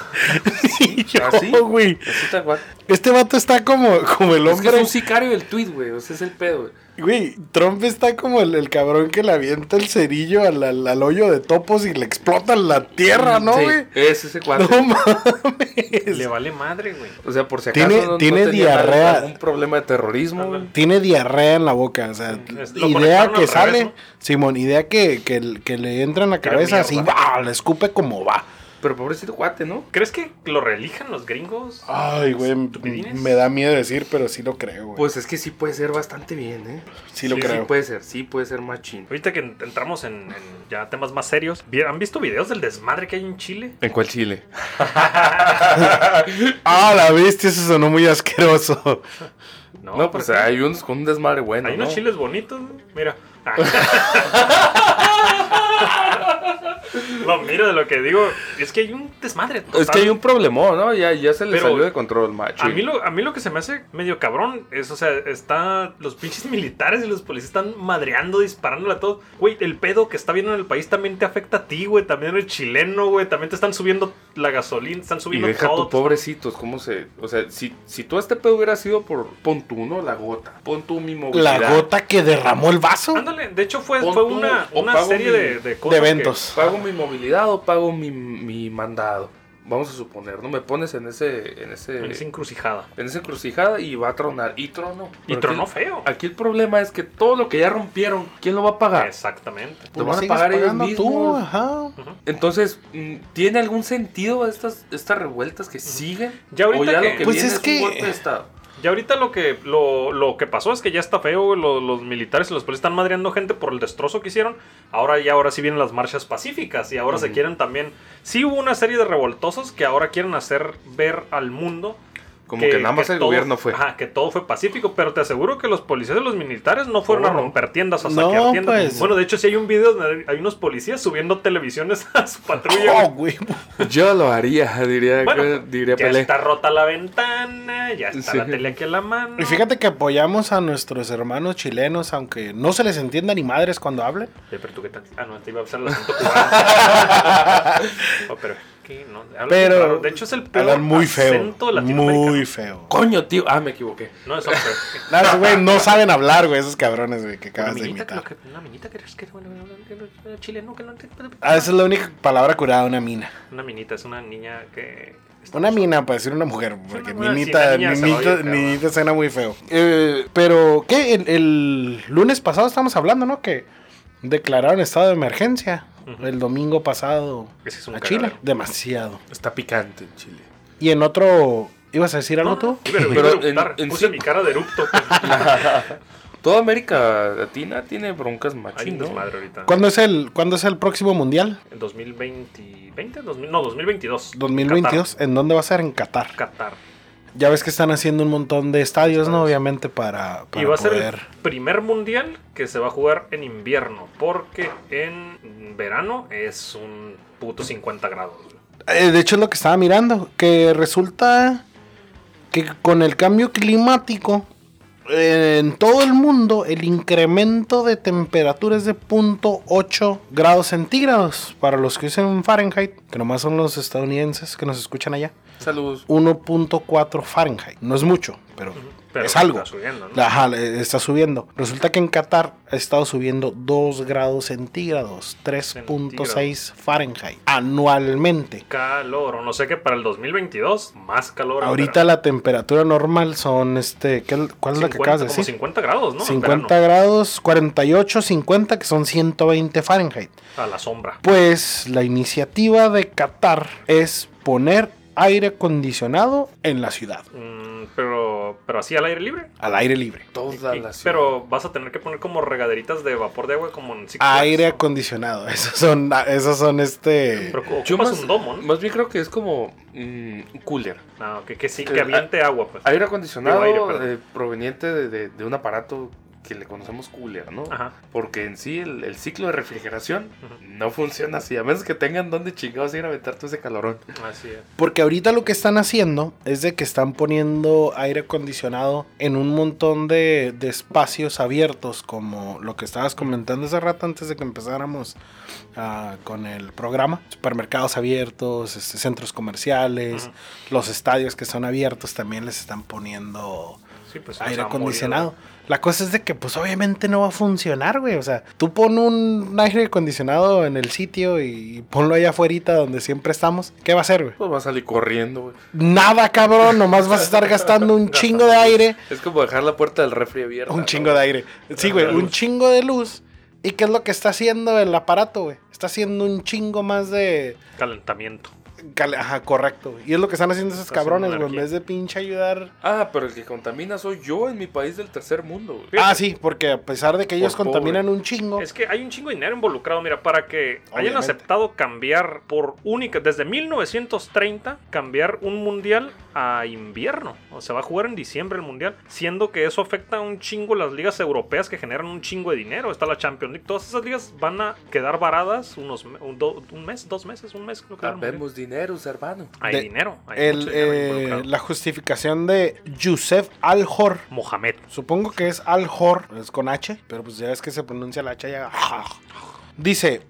E: Así.
D: Oh, güey.
E: Así tal cual.
D: Este vato está como, como el
E: Es que
D: hombre.
E: es un sicario del tweet, güey. O sea, es el pedo, güey.
D: Güey, Trump está como el, el cabrón que le avienta el cerillo al, al- al hoyo de topos y le explota la tierra, ¿no,
E: Mm, Sí,
D: güey?
E: es ese cuate.
D: No mames.
C: Le vale madre, güey.
E: O sea, por si acaso
D: Tiene-
E: no- no
D: tiene
E: tenía nada-
D: diarrea.
E: algún problema de terrorismo, güey.
D: Tiene diarrea en la boca, o sea,
C: Es- lo
D: idea
C: conectaron
D: que
C: al
D: sale,
C: revés, ¿no?
D: Simón, idea que, que, que le entra en la
C: Tira
D: cabeza así,
C: mierda.
D: ¡bah! le escupe como va.
E: Pero pobrecito cuate, ¿no?
C: ¿Crees que lo reelijan los gringos?
D: Ay, güey,
C: ¿Estupidines?
D: me da miedo decir, pero sí lo creo, güey.
E: Pues es que sí puede ser bastante bien, ¿eh?
D: sí lo
E: sí,
D: creo.
E: sí puede ser, sí puede ser machín.
C: Ahorita que en- entramos en, en ya temas más serios, ¿vi- ¿han visto videos del desmadre que hay en Chile?
E: ¿En cuál Chile?
D: Ah, la bestia, eso sonó muy asqueroso.
C: No,
E: No,
C: ¿por
E: pues
C: qué?
E: hay unos con un desmadre bueno,
C: Hay
E: ¿no?
C: unos chiles bonitos, güey. mira. Ah. Ah. No, mira, de lo que digo, es que hay un desmadre.
E: Es
C: total.
E: que hay un problemón, ¿no? Ya, ya se le
C: Pero-
E: salió de control, macho.
C: A mí, lo, a mí lo que se me hace medio cabrón es, o sea, está los pinches militares y los policías están madreando, disparándole a todos. Güey, el pedo que está viendo en el país también te afecta a ti, güey. También eres chileno, güey. También te están subiendo la gasolina, están
E: Y
C: subiendo
E: deja
C: todo.
E: tu pobrecitos, ¿cómo se.? O sea, si, si todo este pedo hubiera sido por. Pon tú, ¿no? La gota. Pon tú mi
D: La
E: movilidad.
D: gota que derramó el vaso
C: Ándale, de hecho fue,
E: Pon
C: fue
E: tú
C: una,
E: o
C: una
E: pago
C: serie
E: mi-
C: de, de
D: de
C: cosas. que-
D: eventos.
E: ¿Pago mi movilidad o pago mi, mi mandado? Vamos a suponer, ¿no? Me pones en ese. En ese.
C: en esa encrucijada.
E: En esa encrucijada y va a tronar. Y trono.
C: Y tronó feo.
E: Aquí el problema es que todo lo que ya rompieron, ¿quién lo va a pagar? Pues
C: Exactamente.
E: Lo
D: Lo
E: van a
D: sigues
E: pagar ellos
D: pagando tú,
E: mismos.
D: ajá.
E: Entonces, mm, ¿tiene algún sentido estas, estas revueltas que siguen?
C: Ya ahorita
E: ¿O ya
C: que- Eh,
E: lo que
D: Pues
E: viene
D: es
E: es,
D: que-
E: un golpe de estado?
C: Y ahorita lo que, lo, lo que pasó es que ya está feo, güey, lo- los, militares y los policías están madreando gente por el destrozo que hicieron. Ahora ya ahora sí vienen las marchas pacíficas y ahora se quieren también. Sí hubo una serie de revoltosos que ahora quieren hacer ver al mundo.
E: Como que, nada más el
C: todo-
E: gobierno fue.
C: Ajá, que todo fue pacífico, pero te aseguro que los policías y los militares no fueron
E: No,
C: a
E: no.
C: romper tiendas, a
D: No,
C: saquear tiendas.
D: pues.
C: Bueno, de hecho, sí hay un video donde hay unos policías subiendo televisiones a su patrulla. güey.
D: Oh, güey.
E: Yo lo haría, diría,
C: Bueno,
E: diría
C: ya
E: Pelé.
C: está rota la ventana, ya está
E: Sí.
C: la tele aquí a la mano.
D: Y fíjate que apoyamos a nuestros hermanos chilenos, aunque no se les entienda ni madres cuando hablen.
C: Oye, pero tú qué tal. Ah, no, te iba a usar el acento cubano. Oh, pero, ¿qué? No, hablan
D: Pero
C: bien raro. De hecho, es el peor
D: Hablan muy feo.
C: acento latinoamericano.
D: Muy feo.
E: Coño, tío. Ah, me equivoqué.
C: No, eso fue.
D: No, esos güey, no saben hablar, güey, esos cabrones, güey,
C: Una
D: que acabas de
C: minita,
D: imitar.
C: que, una minita que es que bueno, que no es chileno, que no te-
D: Ah, esa es la única palabra curada, una mina.
C: Una minita es una niña que.
D: Una mina, para decir una mujer, porque
C: una-
D: minita,
C: sí, una niña se
D: minita,
C: oye feo,
D: minita suena muy feo. Eh, pero, ¿qué? El, el lunes pasado estamos hablando, ¿no? Que declararon estado de emergencia el domingo pasado
C: Ese es un
D: a
C: cagadero.
D: Chile. Demasiado.
E: Está picante en Chile.
D: Y en otro, ¿ibas a decir algo tú? Ah,
C: Pero,
E: Pero en-
C: en,
E: en
C: puse
E: sí-
C: mi cara de erupto. pues.
E: Toda América Latina tiene broncas
C: Hay
E: machín,
C: un
E: ¿no?
C: desmadre ahorita.
D: ¿Cuándo es el, ¿cuándo es el próximo mundial?
C: En 2020, 20, 2000, no, 2022.
D: 2022. ¿En dónde va a ser? En Qatar.
C: Qatar. Qatar.
D: Ya ves que están haciendo un montón de estadios, ¿no?
C: Estadios.
D: Obviamente para,
C: y
D: para
C: va a ser
D: poder...
C: el primer mundial que se va a jugar en invierno, porque en verano es un puto 50 grados. güey.
D: Eh, de hecho es lo que estaba mirando, que resulta que con el cambio climático eh, en todo el mundo el incremento de temperatura es de 0.8 grados centígrados. Para los que usan Fahrenheit, que nomás son los estadounidenses que nos escuchan allá,
E: Saludos.
D: 1.4 Fahrenheit. No es mucho, pero,
C: Pero
D: es algo.
C: Está subiendo, ¿no?
D: Ajá, le- está subiendo. Resulta que en Qatar ha estado subiendo 2 grados centígrados, 3.6 Fahrenheit anualmente.
C: Calor, o no sé qué, para el 2022, más calor. en
D: Ahorita
C: verano.
D: la temperatura normal son este, ¿qué- ¿cuál es la que
C: 50,
D: acabas de
C: como
D: decir?
C: 50 grados, ¿no? En
D: 50
C: verano,
D: grados, 48, 50, que son 120 Fahrenheit.
C: a la sombra.
D: Pues la iniciativa de Qatar es poner aire acondicionado en la ciudad,
C: Mm, pero, pero así al aire libre.
D: al aire libre.
E: Toda
C: Y-
E: la ciudad.
C: pero vas a tener que poner como regaderitas de vapor de agua como en Six Flags,
D: Aire
C: ¿no?
D: acondicionado, esos son, esos son este...
C: Pero ocupas
E: Yo más,
C: un domo, ¿no?
E: más bien creo que es como mm, un cooler.
C: No, que, que sí,
E: Eh,
C: que aviente agua, pues.
E: Aire acondicionado
C: Digo, aire, perdón.
E: eh, proveniente de, de- de un aparato que le conocemos cooler, ¿no?
C: Ajá.
E: Porque en sí el, el ciclo de refrigeración
C: Ujú.
E: no funciona así, a menos que tengan donde chingados ir a aventar todo ese calorón.
C: Así es.
D: Porque ahorita lo que están haciendo es de que están poniendo aire acondicionado en un montón de, de espacios abiertos, como lo que estabas comentando hace rato antes de que empezáramos ah, con el programa. Supermercados abiertos, este, centros comerciales,
C: Ujú.
D: los estadios que son abiertos también les están poniendo
C: Sí, pues,
D: aire
C: o sea,
D: acondicionado. La cosa es de que pues obviamente no va a funcionar, güey. O sea, tú pon un aire acondicionado en el sitio y ponlo allá afuera donde siempre estamos. ¿Qué va a hacer, güey?
E: Pues va a salir corriendo, güey.
D: Nada, cabrón, nomás vas a estar gastando un chingo de aire.
E: Es como dejar la puerta del refri abierta.
D: Un chingo de aire. Sí, güey, un chingo de luz. ¿Y qué es lo que está haciendo el aparato, güey? Está haciendo un chingo más de...
C: Calentamiento.
D: cal- Ajá, correcto. güey. Y es lo que están haciendo esos
C: Está haciendo
D: cabrones, güey. En
C: energía.
D: vez de pinche ayudar...
E: Ah, pero el que contamina soy yo en mi país del tercer mundo, güey.
D: Ah, sí, porque a pesar de que ellos
E: Por
D: contaminan un chingo...
C: Es que hay un chingo de dinero involucrado, mira, para que hayan
D: Obviamente.
C: aceptado cambiar por única, desde 1930, cambiar un mundial a invierno. O sea, va a jugar en diciembre el mundial, siendo que eso afecta un chingo las ligas europeas que generan un chingo de dinero. Está la Champions League, todas esas ligas van a quedar varadas unos, me- un, do- un mes, dos meses, un mes, creo que era el mundial.
E: Habemos dinero, hermano.
C: Hay
D: De-
C: dinero, hay
D: el,
C: mucho dinero
D: eh,
C: involucrado.
D: la justificación de Yusef Al-Hor.
C: Mohamed.
D: Supongo que es Al-Hor, es con H, pero pues ya ves que se pronuncia la H ya. Dice,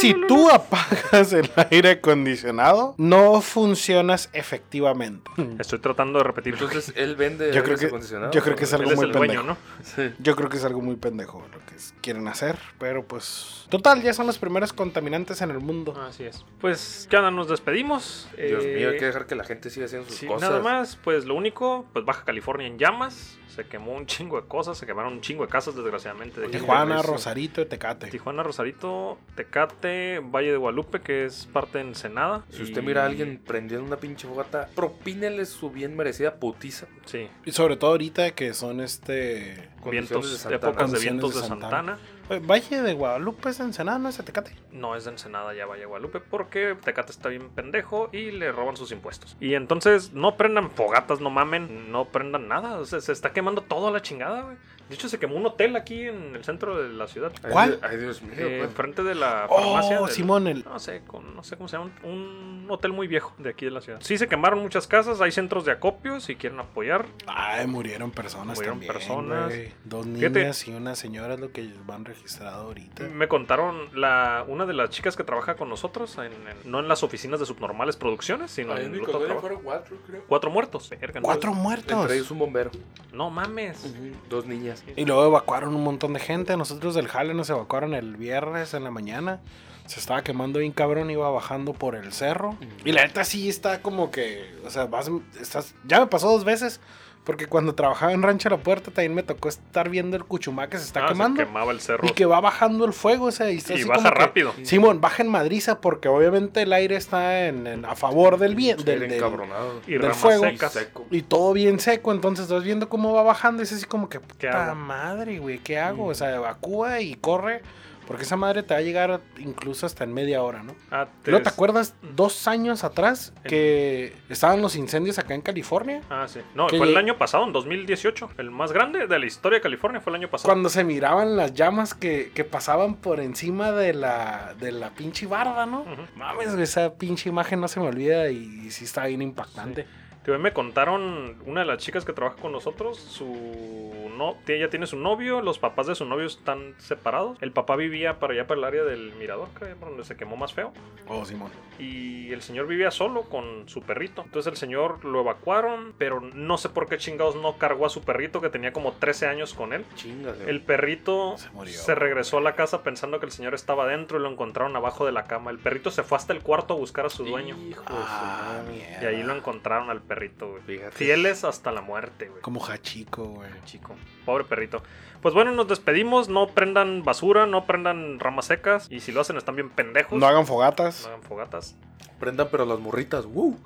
D: si tú apagas el aire acondicionado, no funcionas efectivamente.
C: Estoy tratando de repetir.
E: Entonces él vende
D: Yo creo
E: aires
D: que-
E: acondicionados,
D: yo creo que
E: ¿no?
D: es algo
C: Él es
D: muy
C: el dueño,
D: pendejo.
C: ¿no?
E: Sí.
D: Yo creo que es algo muy pendejo lo que s- quieren hacer, pero pues... Total, ya son los primeros contaminantes en el mundo.
C: Así es. Pues, ¿qué onda? Nos despedimos.
E: Dios
C: Eh,
E: mío, hay que dejar que la gente siga haciendo sus
C: Sí,
E: cosas.
C: nada más, pues lo único, pues Baja California en llamas, se quemó un chingo de cosas, se quemaron un chingo de casas desgraciadamente. De
E: Oye,
D: Tijuana,
E: eso.
D: Rosarito, Tecate.
C: Tijuana, Rosarito, Tecate, Valle de Guadalupe, que es parte de Ensenada.
E: Si
C: y-
E: usted mira a alguien prendiendo una pinche fogata, propínele su bien merecida putiza.
C: Sí,
D: Y sobre todo ahorita que son este...
E: Condiciones
C: vientos,
E: de Santana.
C: épocas de
D: Condiciones
C: vientos de
D: de Santana.
C: Santana.
D: Eh, Valle de Guadalupe es Ensenada, no es de Tecate.
C: No es de Ensenada ya Valle de Guadalupe porque Tecate está bien pendejo y le roban sus impuestos. Y entonces no prendan fogatas, no mamen, no prendan nada. O sea, se está quemando todo a la chingada, güey. De hecho, se quemó un hotel aquí en el centro de la ciudad.
E: Ay,
D: ¿Cuál?
E: Dios- Ay, Dios mío.
C: Eh,
E: pues.
C: enfrente de la farmacia.
D: Ah, Oh,
C: del-
D: Simón, el...
C: No sé, con- no sé cómo se llama. Un, un hotel muy viejo de aquí de la ciudad. Sí, se quemaron muchas casas. Hay centros de acopio si quieren apoyar.
D: Ay, murieron personas
C: Murieron
D: también,
C: personas.
D: güey. Dos niñas
C: Fíjate. Mm,
D: y una señora es lo que van registrado ahorita.
C: Me contaron la, una de las chicas que trabaja con nosotros, en, en- no en las oficinas de Subnormales Producciones, sino
E: Ay,
C: en
E: mi
C: el otro
E: colonia
C: trabajo.
E: fueron cuatro, creo.
C: Cuatro muertos. verga, no-
D: Cuatro muertos.
E: Entre ellos un bombero.
C: No mames.
E: Dos niñas.
D: Y luego evacuaron un montón de gente. Nosotros del Jale nos evacuaron el viernes en la mañana. Se estaba quemando bien cabrón, iba bajando por el cerro. Y la neta sí está como que, o sea, vas, estás, ya me pasó dos veces. Porque cuando trabajaba en Rancho La Puerta también me tocó estar viendo el cuchumá que se está
C: Ah, se
D: quemando.
C: quemaba el cerro.
D: Y que va bajando el fuego, o sea, y está
C: Y
D: así
C: baja
D: como que-
C: rápido.
D: Simón, baja en madriza porque obviamente el aire está en, en- a favor del bien,
E: Sí,
D: del,
E: era
D: del-
E: encabronado.
C: Y
D: del
C: ramas
D: fuego.
C: secas.
E: Seco.
D: y todo bien seco, entonces vas viendo cómo va bajando y es así como que puta
C: hago?
D: madre, güey, ¿qué hago? O sea, evacúa y corre porque esa madre te va a llegar incluso hasta en media hora, ¿no?
C: Ah, te-
D: ¿No te acuerdas dos años atrás que estaban los incendios acá en California?
C: Ah, sí. No,
D: Que
C: fue el
D: lleg-
C: año pasado, en 2018. El más grande de la historia de California fue el año pasado.
D: Cuando se miraban las llamas que, que pasaban por encima de la, de la pinche barda, ¿no?
C: Ujú.
D: Mames, güey, esa pinche imagen no se me olvida y, y sí está bien impactante.
C: Tío, me contaron una de las chicas que trabaja con nosotros, su no, t- ella tiene su novio, los papás de su novio están separados. El papá vivía para allá para el área del mirador, creo, por donde se quemó más feo,
D: Oh, Simón.
C: y el señor vivía solo con su perrito. Entonces el señor lo evacuaron, pero no sé por qué chingados no cargó a su perrito que tenía como 13 años con él.
E: Chingale.
C: El perrito
D: Se
C: se,
D: murió.
C: regresó a la casa pensando que el señor estaba adentro y lo encontraron abajo de la cama. El perrito se fue hasta el cuarto a buscar a su dueño.
E: Hijo de su
D: Ah,
E: madre.
D: mierda.
C: Y ahí lo encontraron al perrito, güey.
E: Fíjate.
C: Fieles hasta la muerte, güey.
D: Como Hachico, güey.
C: Chico, pobre perrito. Pues bueno, nos despedimos. No prendan basura, no prendan ramas secas. Y si lo hacen, están bien pendejos.
D: No hagan fogatas.
C: No hagan fogatas.
E: Prendan, pero las morritas. ¡Woo!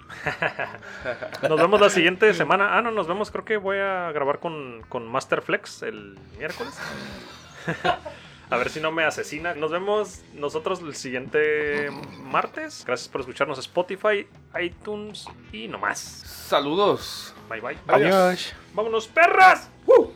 C: Nos vemos la siguiente semana. Ah, no, nos vemos. Creo que voy a grabar con, con Master Flex el miércoles. A ver si no me asesina. Nos vemos nosotros el siguiente martes. Gracias por escucharnos Spotify, iTunes y nomás.
E: Saludos.
C: Bye bye.
E: Adiós.
D: Adiós.
C: Vámonos, perras. ¡Woo!